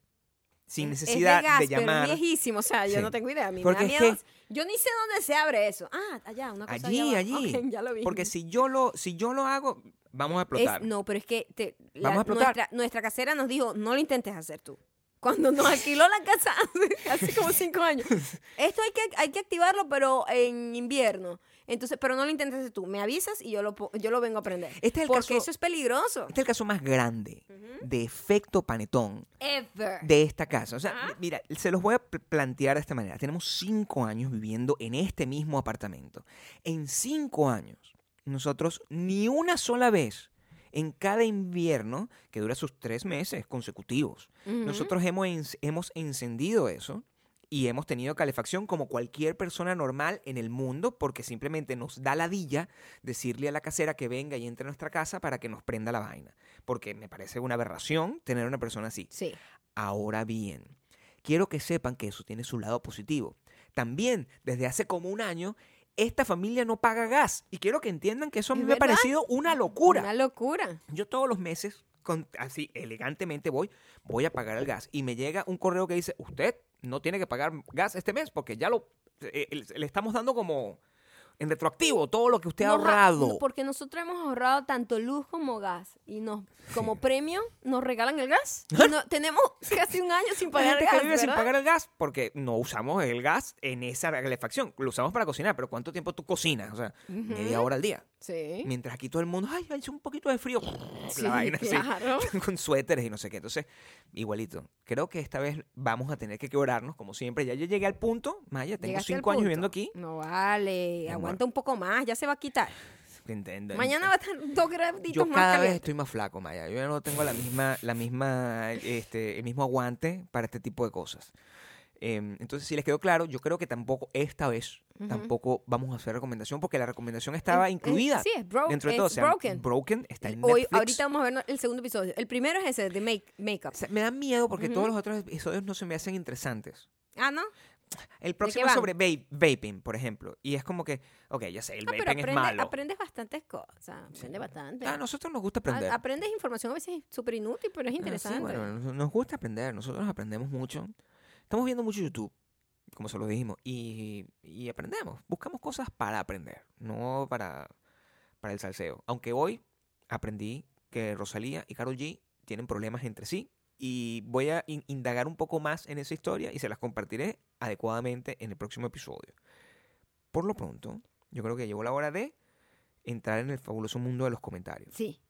B: Sin
A: Es- es
B: necesidad de,
A: gas, pero
B: llamar.
A: viejísimo, o sea, yo
B: Sí.
A: no tengo idea. a mí me
B: Porque
A: da
B: es
A: miedo.
B: que-
A: Yo ni sé dónde se abre eso. Ah, allá, una cosa
B: Allí,
A: allá
B: allí.
A: abajo. Ok, (laughs) ya lo vi.
B: Porque si yo lo, si yo lo hago, vamos a
A: Es-
B: explotar.
A: no, pero es que te- la-
B: Vamos a explotar.
A: nuestra, nuestra casera nos dijo, no lo intentes hacer tú. Cuando nos alquiló la casa (laughs) hace- hace como cinco
B: (laughs)
A: años. Esto hay que, hay que activarlo, pero en invierno. Entonces, pero no lo intentes hacer tú. Me avisas y yo lo, po- yo lo vengo a aprender.
B: Este es el
A: Porque
B: caso-
A: eso es peligroso.
B: Este es el caso más grande de efecto panetón
A: Ever.
B: de esta casa. O sea,
A: Ajá.
B: mi- mira, se los voy a pl- plantear de esta manera. Tenemos cinco años viviendo en este mismo apartamento. En cinco años, nosotros ni una sola vez, en cada invierno, que dura sus tres meses consecutivos,
A: Ujú.
B: nosotros hemos, ens- hemos encendido eso. Y hemos tenido calefacción como cualquier persona normal en el mundo porque simplemente nos da la dilla decirle a la casera que venga y entre a nuestra casa para que nos prenda la vaina. Porque me parece una aberración tener una persona así.
A: Sí.
B: Ahora bien, quiero que sepan que eso tiene su lado positivo. También, desde hace como un año, esta familia no paga gas. Y quiero que entiendan que eso a mí
A: ¿Es
B: me ha
A: verdad?
B: parecido una locura.
A: Una locura.
B: Yo todos los meses, con- así elegantemente voy, voy a pagar el gas. Y me llega un correo que dice, usted no tiene que pagar gas este mes porque ya lo... eh, eh, le estamos dando como... en retroactivo todo lo que usted ha
A: Nos ha-
B: ahorrado.
A: Porque nosotros hemos ahorrado tanto luz como gas. Y nos, como premio, nos regalan el
B: (laughs)
A: gas. Y no- tenemos (laughs) casi un año sin
B: Hay
A: pagar
B: gente
A: el
B: que
A: gas.
B: vive sin
A: ¿verdad?
B: pagar el gas porque no usamos el gas en esa calefacción. Lo usamos para cocinar, pero ¿cuánto tiempo tú cocinas? O sea, media hora al día.
A: Sí.
B: Mientras aquí todo el mundo, ay, hace un poquito
A: (laughs)
B: de frío.
A: Sí,
B: la vaina así,
A: claro.
B: (laughs) con suéteres y no sé qué. Entonces, igualito. Creo que esta vez vamos a tener que quebrarnos, como siempre. Ya yo llegué al punto, Maya, tengo
A: Llegaste al
B: cinco años
A: punto.
B: viviendo aquí.
A: No vale,
B: Mi amor.
A: aguanta un poco más, ya se va a quitar.
B: Entienden.
A: Mañana va a estar dos graditos
B: yo
A: más
B: cada vez
A: caliente.
B: estoy más flaco, Maya. Yo ya no tengo la misma, la misma, este, el mismo aguante para este tipo de cosas. Em, entonces, si les quedó claro, yo creo que tampoco esta vez,
A: Ujú.
B: tampoco vamos a hacer recomendación porque la recomendación estaba
A: Eh, eh,
B: incluida
A: sí, es bro-
B: dentro de
A: es
B: todo. O sea,
A: broken.
B: está en
A: Hoy,
B: Netflix.
A: ahorita vamos a ver el segundo episodio. El primero es ese, de make, Makeup.
B: O sea, me da miedo porque
A: Ujú.
B: todos los otros episodios no se me hacen interesantes.
A: Ah, ¿no?
B: El próximo
A: qué
B: es
A: van?
B: sobre vape- vaping, por ejemplo. Y es como que, ok, ya sé, el
A: Ah,
B: vaping
A: pero
B: es
A: aprende-
B: malo.
A: aprendes bastantes cosas. Aprendes bastante.
B: A nosotros nos gusta aprender.
A: A- Aprendes información a veces súper inútil, pero es
B: Ah, sí,
A: interesante.
B: bueno, nos- nos gusta aprender, nosotros aprendemos mucho. Estamos viendo mucho YouTube, como se lo dijimos, y, y aprendemos. Buscamos cosas para aprender, no para, para el salseo. Aunque hoy aprendí que Rosalía y Karol G tienen problemas entre sí y voy a in- indagar un poco más en esa historia y se las compartiré adecuadamente en el próximo episodio. Por lo pronto, yo creo que llegó la hora de entrar en el fabuloso mundo de los comentarios.
A: Sí.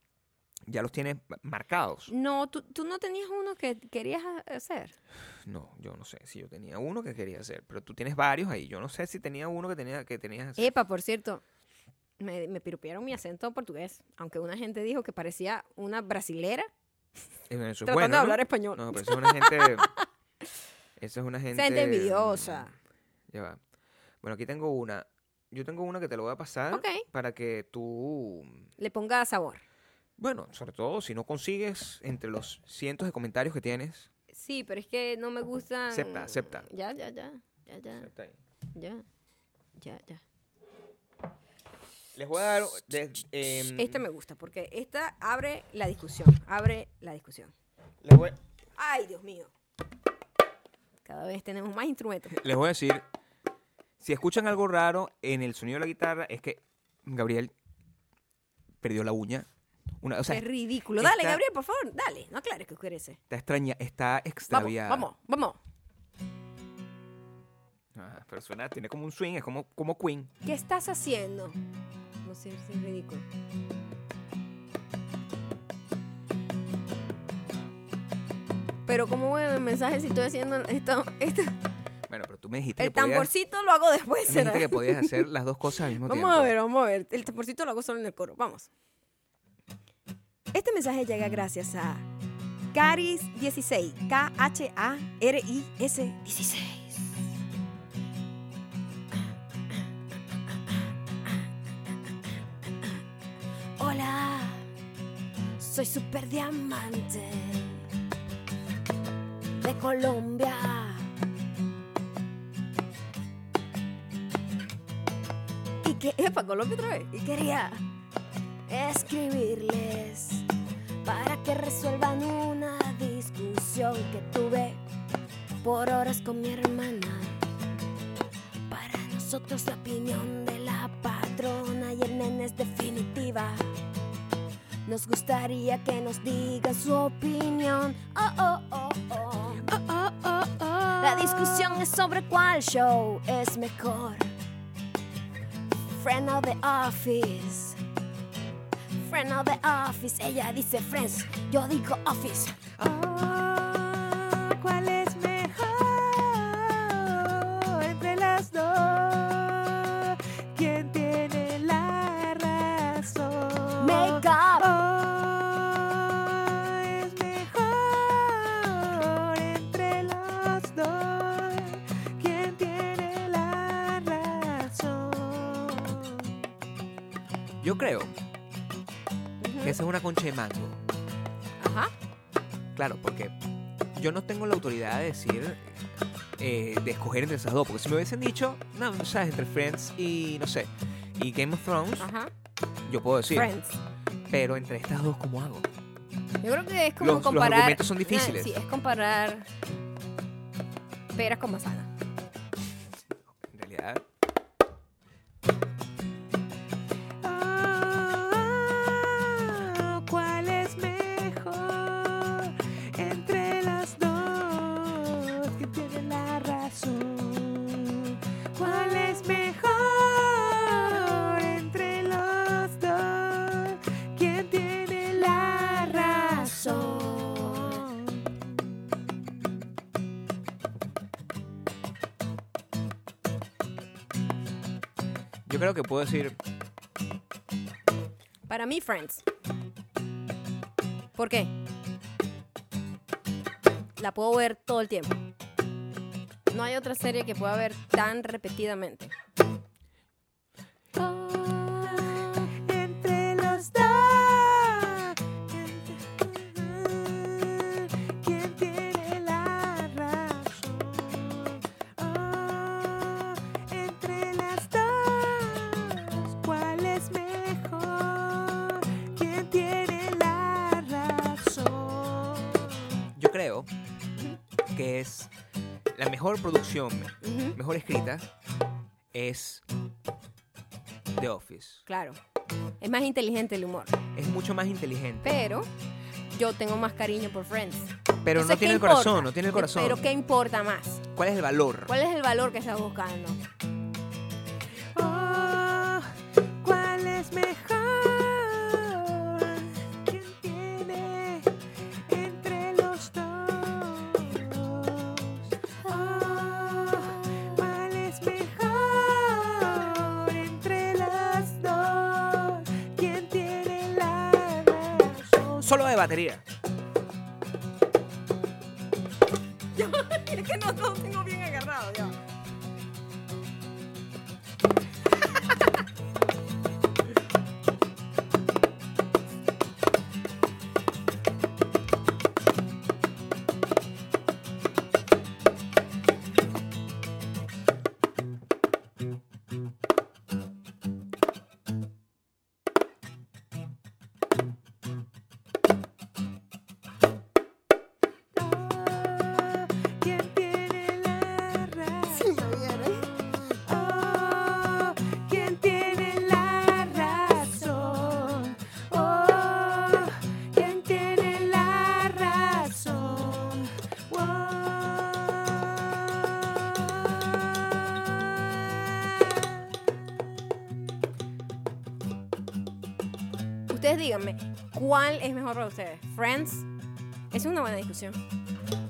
B: Ya los tienes marcados.
A: No, tú, tú no tenías uno que querías ha- hacer.
B: No, yo no sé si yo tenía uno que quería hacer, pero tú tienes varios ahí. Yo no sé si tenía uno que tenía que tenías hacer.
A: Epa, por cierto, me, me piropearon mi acento portugués. Aunque una gente dijo que parecía una brasilera
B: Eh, eso es
A: tratando
B: bueno,
A: de
B: ¿no?
A: hablar español.
B: No, pero eso es una
A: (laughs)
B: gente eso es una gente Mm,
A: gente envidiosa.
B: Ya va. Bueno, aquí tengo una. Yo tengo una que te lo voy a pasar
A: Ok.
B: para que tú
A: Le ponga sabor.
B: bueno, sobre todo si no consigues entre los cientos de comentarios que tienes.
A: Sí, pero es que no me gustan.
B: Acepta, acepta.
A: Ya, ya, ya. Ya, ya,
B: Está ahí.
A: ya. Ya, ya.
B: Les voy a dar de- em,
A: Esta Este me gusta porque esta abre la discusión. Abre la discusión.
B: les voy-
A: ¡Ay, Dios mío! Cada vez tenemos más instrumentos.
B: Les voy a decir, si escuchan algo raro en el sonido de la guitarra, es que Gabriel perdió la uña. Una, o sea,
A: es ridículo. Dale,
B: esta-
A: Gabriel, por favor, dale. No aclares que oscurece.
B: está extraña, está
A: Vamos,
B: extraviada.
A: vamos, vamos.
B: Ajá, Ah, pero suena, tiene como un swing, es como, como Queen.
A: ¿Qué estás haciendo? No sé si es ridículo. Pero ¿cómo voy a ver el mensaje si estoy haciendo esto? esto?
B: Bueno, pero tú me dijiste,
A: El
B: que, podías,
A: tamborcito lo hago después,
B: tú me dijiste
A: ¿será?
B: que podías hacer las dos cosas al mismo
A: Vamos
B: tiempo.
A: a ver, vamos a ver. El tamborcito lo hago solo en el coro. Vamos. Este mensaje llega gracias a Caris16. K-H-A-R-I-S 16. Hola, soy super diamante de Colombia. Y que, epa, Colombia otra vez. Y quería escribirles para que resuelvan una discusión que tuve por horas con mi hermana. Para nosotros la opinión de la patrona y el nene es definitiva. Nos gustaría que nos diga su opinión. Oh, oh, oh, oh. La discusión es sobre cuál show es mejor. Friend of the Office. Friend of the Office. Ella dice Friends, yo digo Office.
B: Ah, ¿Cuál es mejor entre las dos? ¿Quién tiene la razón?
A: Make up.
B: es mejor entre los dos. ¿Quién tiene la razón? Yo creo que esa es una concha de mango.
A: Ajá.
B: Claro, porque yo no tengo la autoridad de decir, eh, de escoger entre esas dos. Porque si me hubiesen dicho, no, sabes, entre Friends y, no sé, y Game of Thrones,
A: Ajá.
B: yo puedo decir,
A: Friends.
B: pero entre estas dos, ¿cómo hago?
A: Yo creo que es como
B: Los- los
A: comparar. Ah,
B: argumentos son difíciles.
A: Sí, es comparar peras con manzanas.
B: En realidad, Ah, creo que puedo decir
A: Para mí, Friends. ¿Por qué? La puedo ver todo el tiempo. No hay otra serie que pueda ver tan repetidamente.
B: Entre los dos. ¿Quién tiene la razón? Oh, entre las dos. ¿Cuál es mejor? ¿Quién tiene la razón? Yo creo que es la mejor producción,
A: Ujú,
B: mejor escrita, es The Office.
A: Claro. Es más inteligente el humor.
B: es mucho más inteligente.
A: Pero yo tengo más cariño por Friends.
B: Pero
A: Entonces,
B: no tiene
A: ¿qué
B: el corazón,
A: importa?
B: no tiene el corazón.
A: Pero ¿qué importa más?
B: ¿Cuál es el valor?
A: ¿Cuál es el valor que estás buscando?
B: Oh, ¿Cuál es mejor? ¿Quién tiene entre los dos? Oh, ¿Cuál es mejor entre las dos? ¿Quién tiene la razón? Solo de batería.
A: (laughs) es que no lo tengo bien agarrado ya.
B: ¿Quién tiene la
A: Oh,
B: razón? ¿Quién tiene la razón?
A: Oh,
B: ¿Quién tiene la razón?
A: Ustedes díganme, ¿cuál es mejor para ustedes? ¿Friends? Es una buena discusión.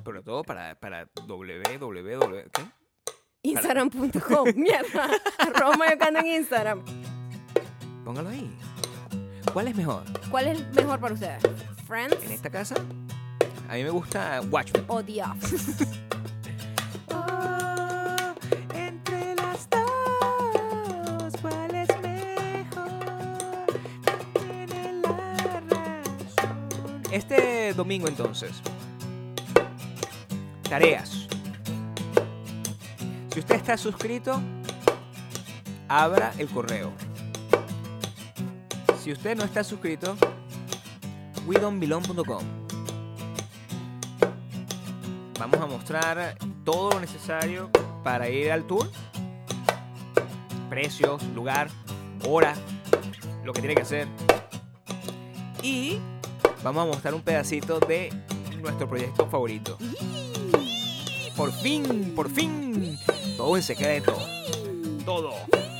B: Pero todo para, para www. ¿qué? (laughs)
A: Instagram.com, mierda. Arroba Mayocando en Instagram.
B: Póngalo ahí. ¿Cuál es mejor?
A: ¿Cuál es mejor para ustedes?
B: En
A: ¿Friends
B: esta casa, a mí me gusta Watchmen.
A: o The Office?
B: Ah, entre las dos, ¿cuál es mejor? Este domingo entonces, tareas. Si usted está suscrito, abra el correo. Si usted no está suscrito, WeDon'tBelong.com. Vamos a mostrar todo lo necesario para ir al tour. Precios, lugar, hora, lo que tiene que hacer. Y vamos a mostrar un pedacito de nuestro proyecto favorito. Por fin, por fin. Todo en secreto. Todo.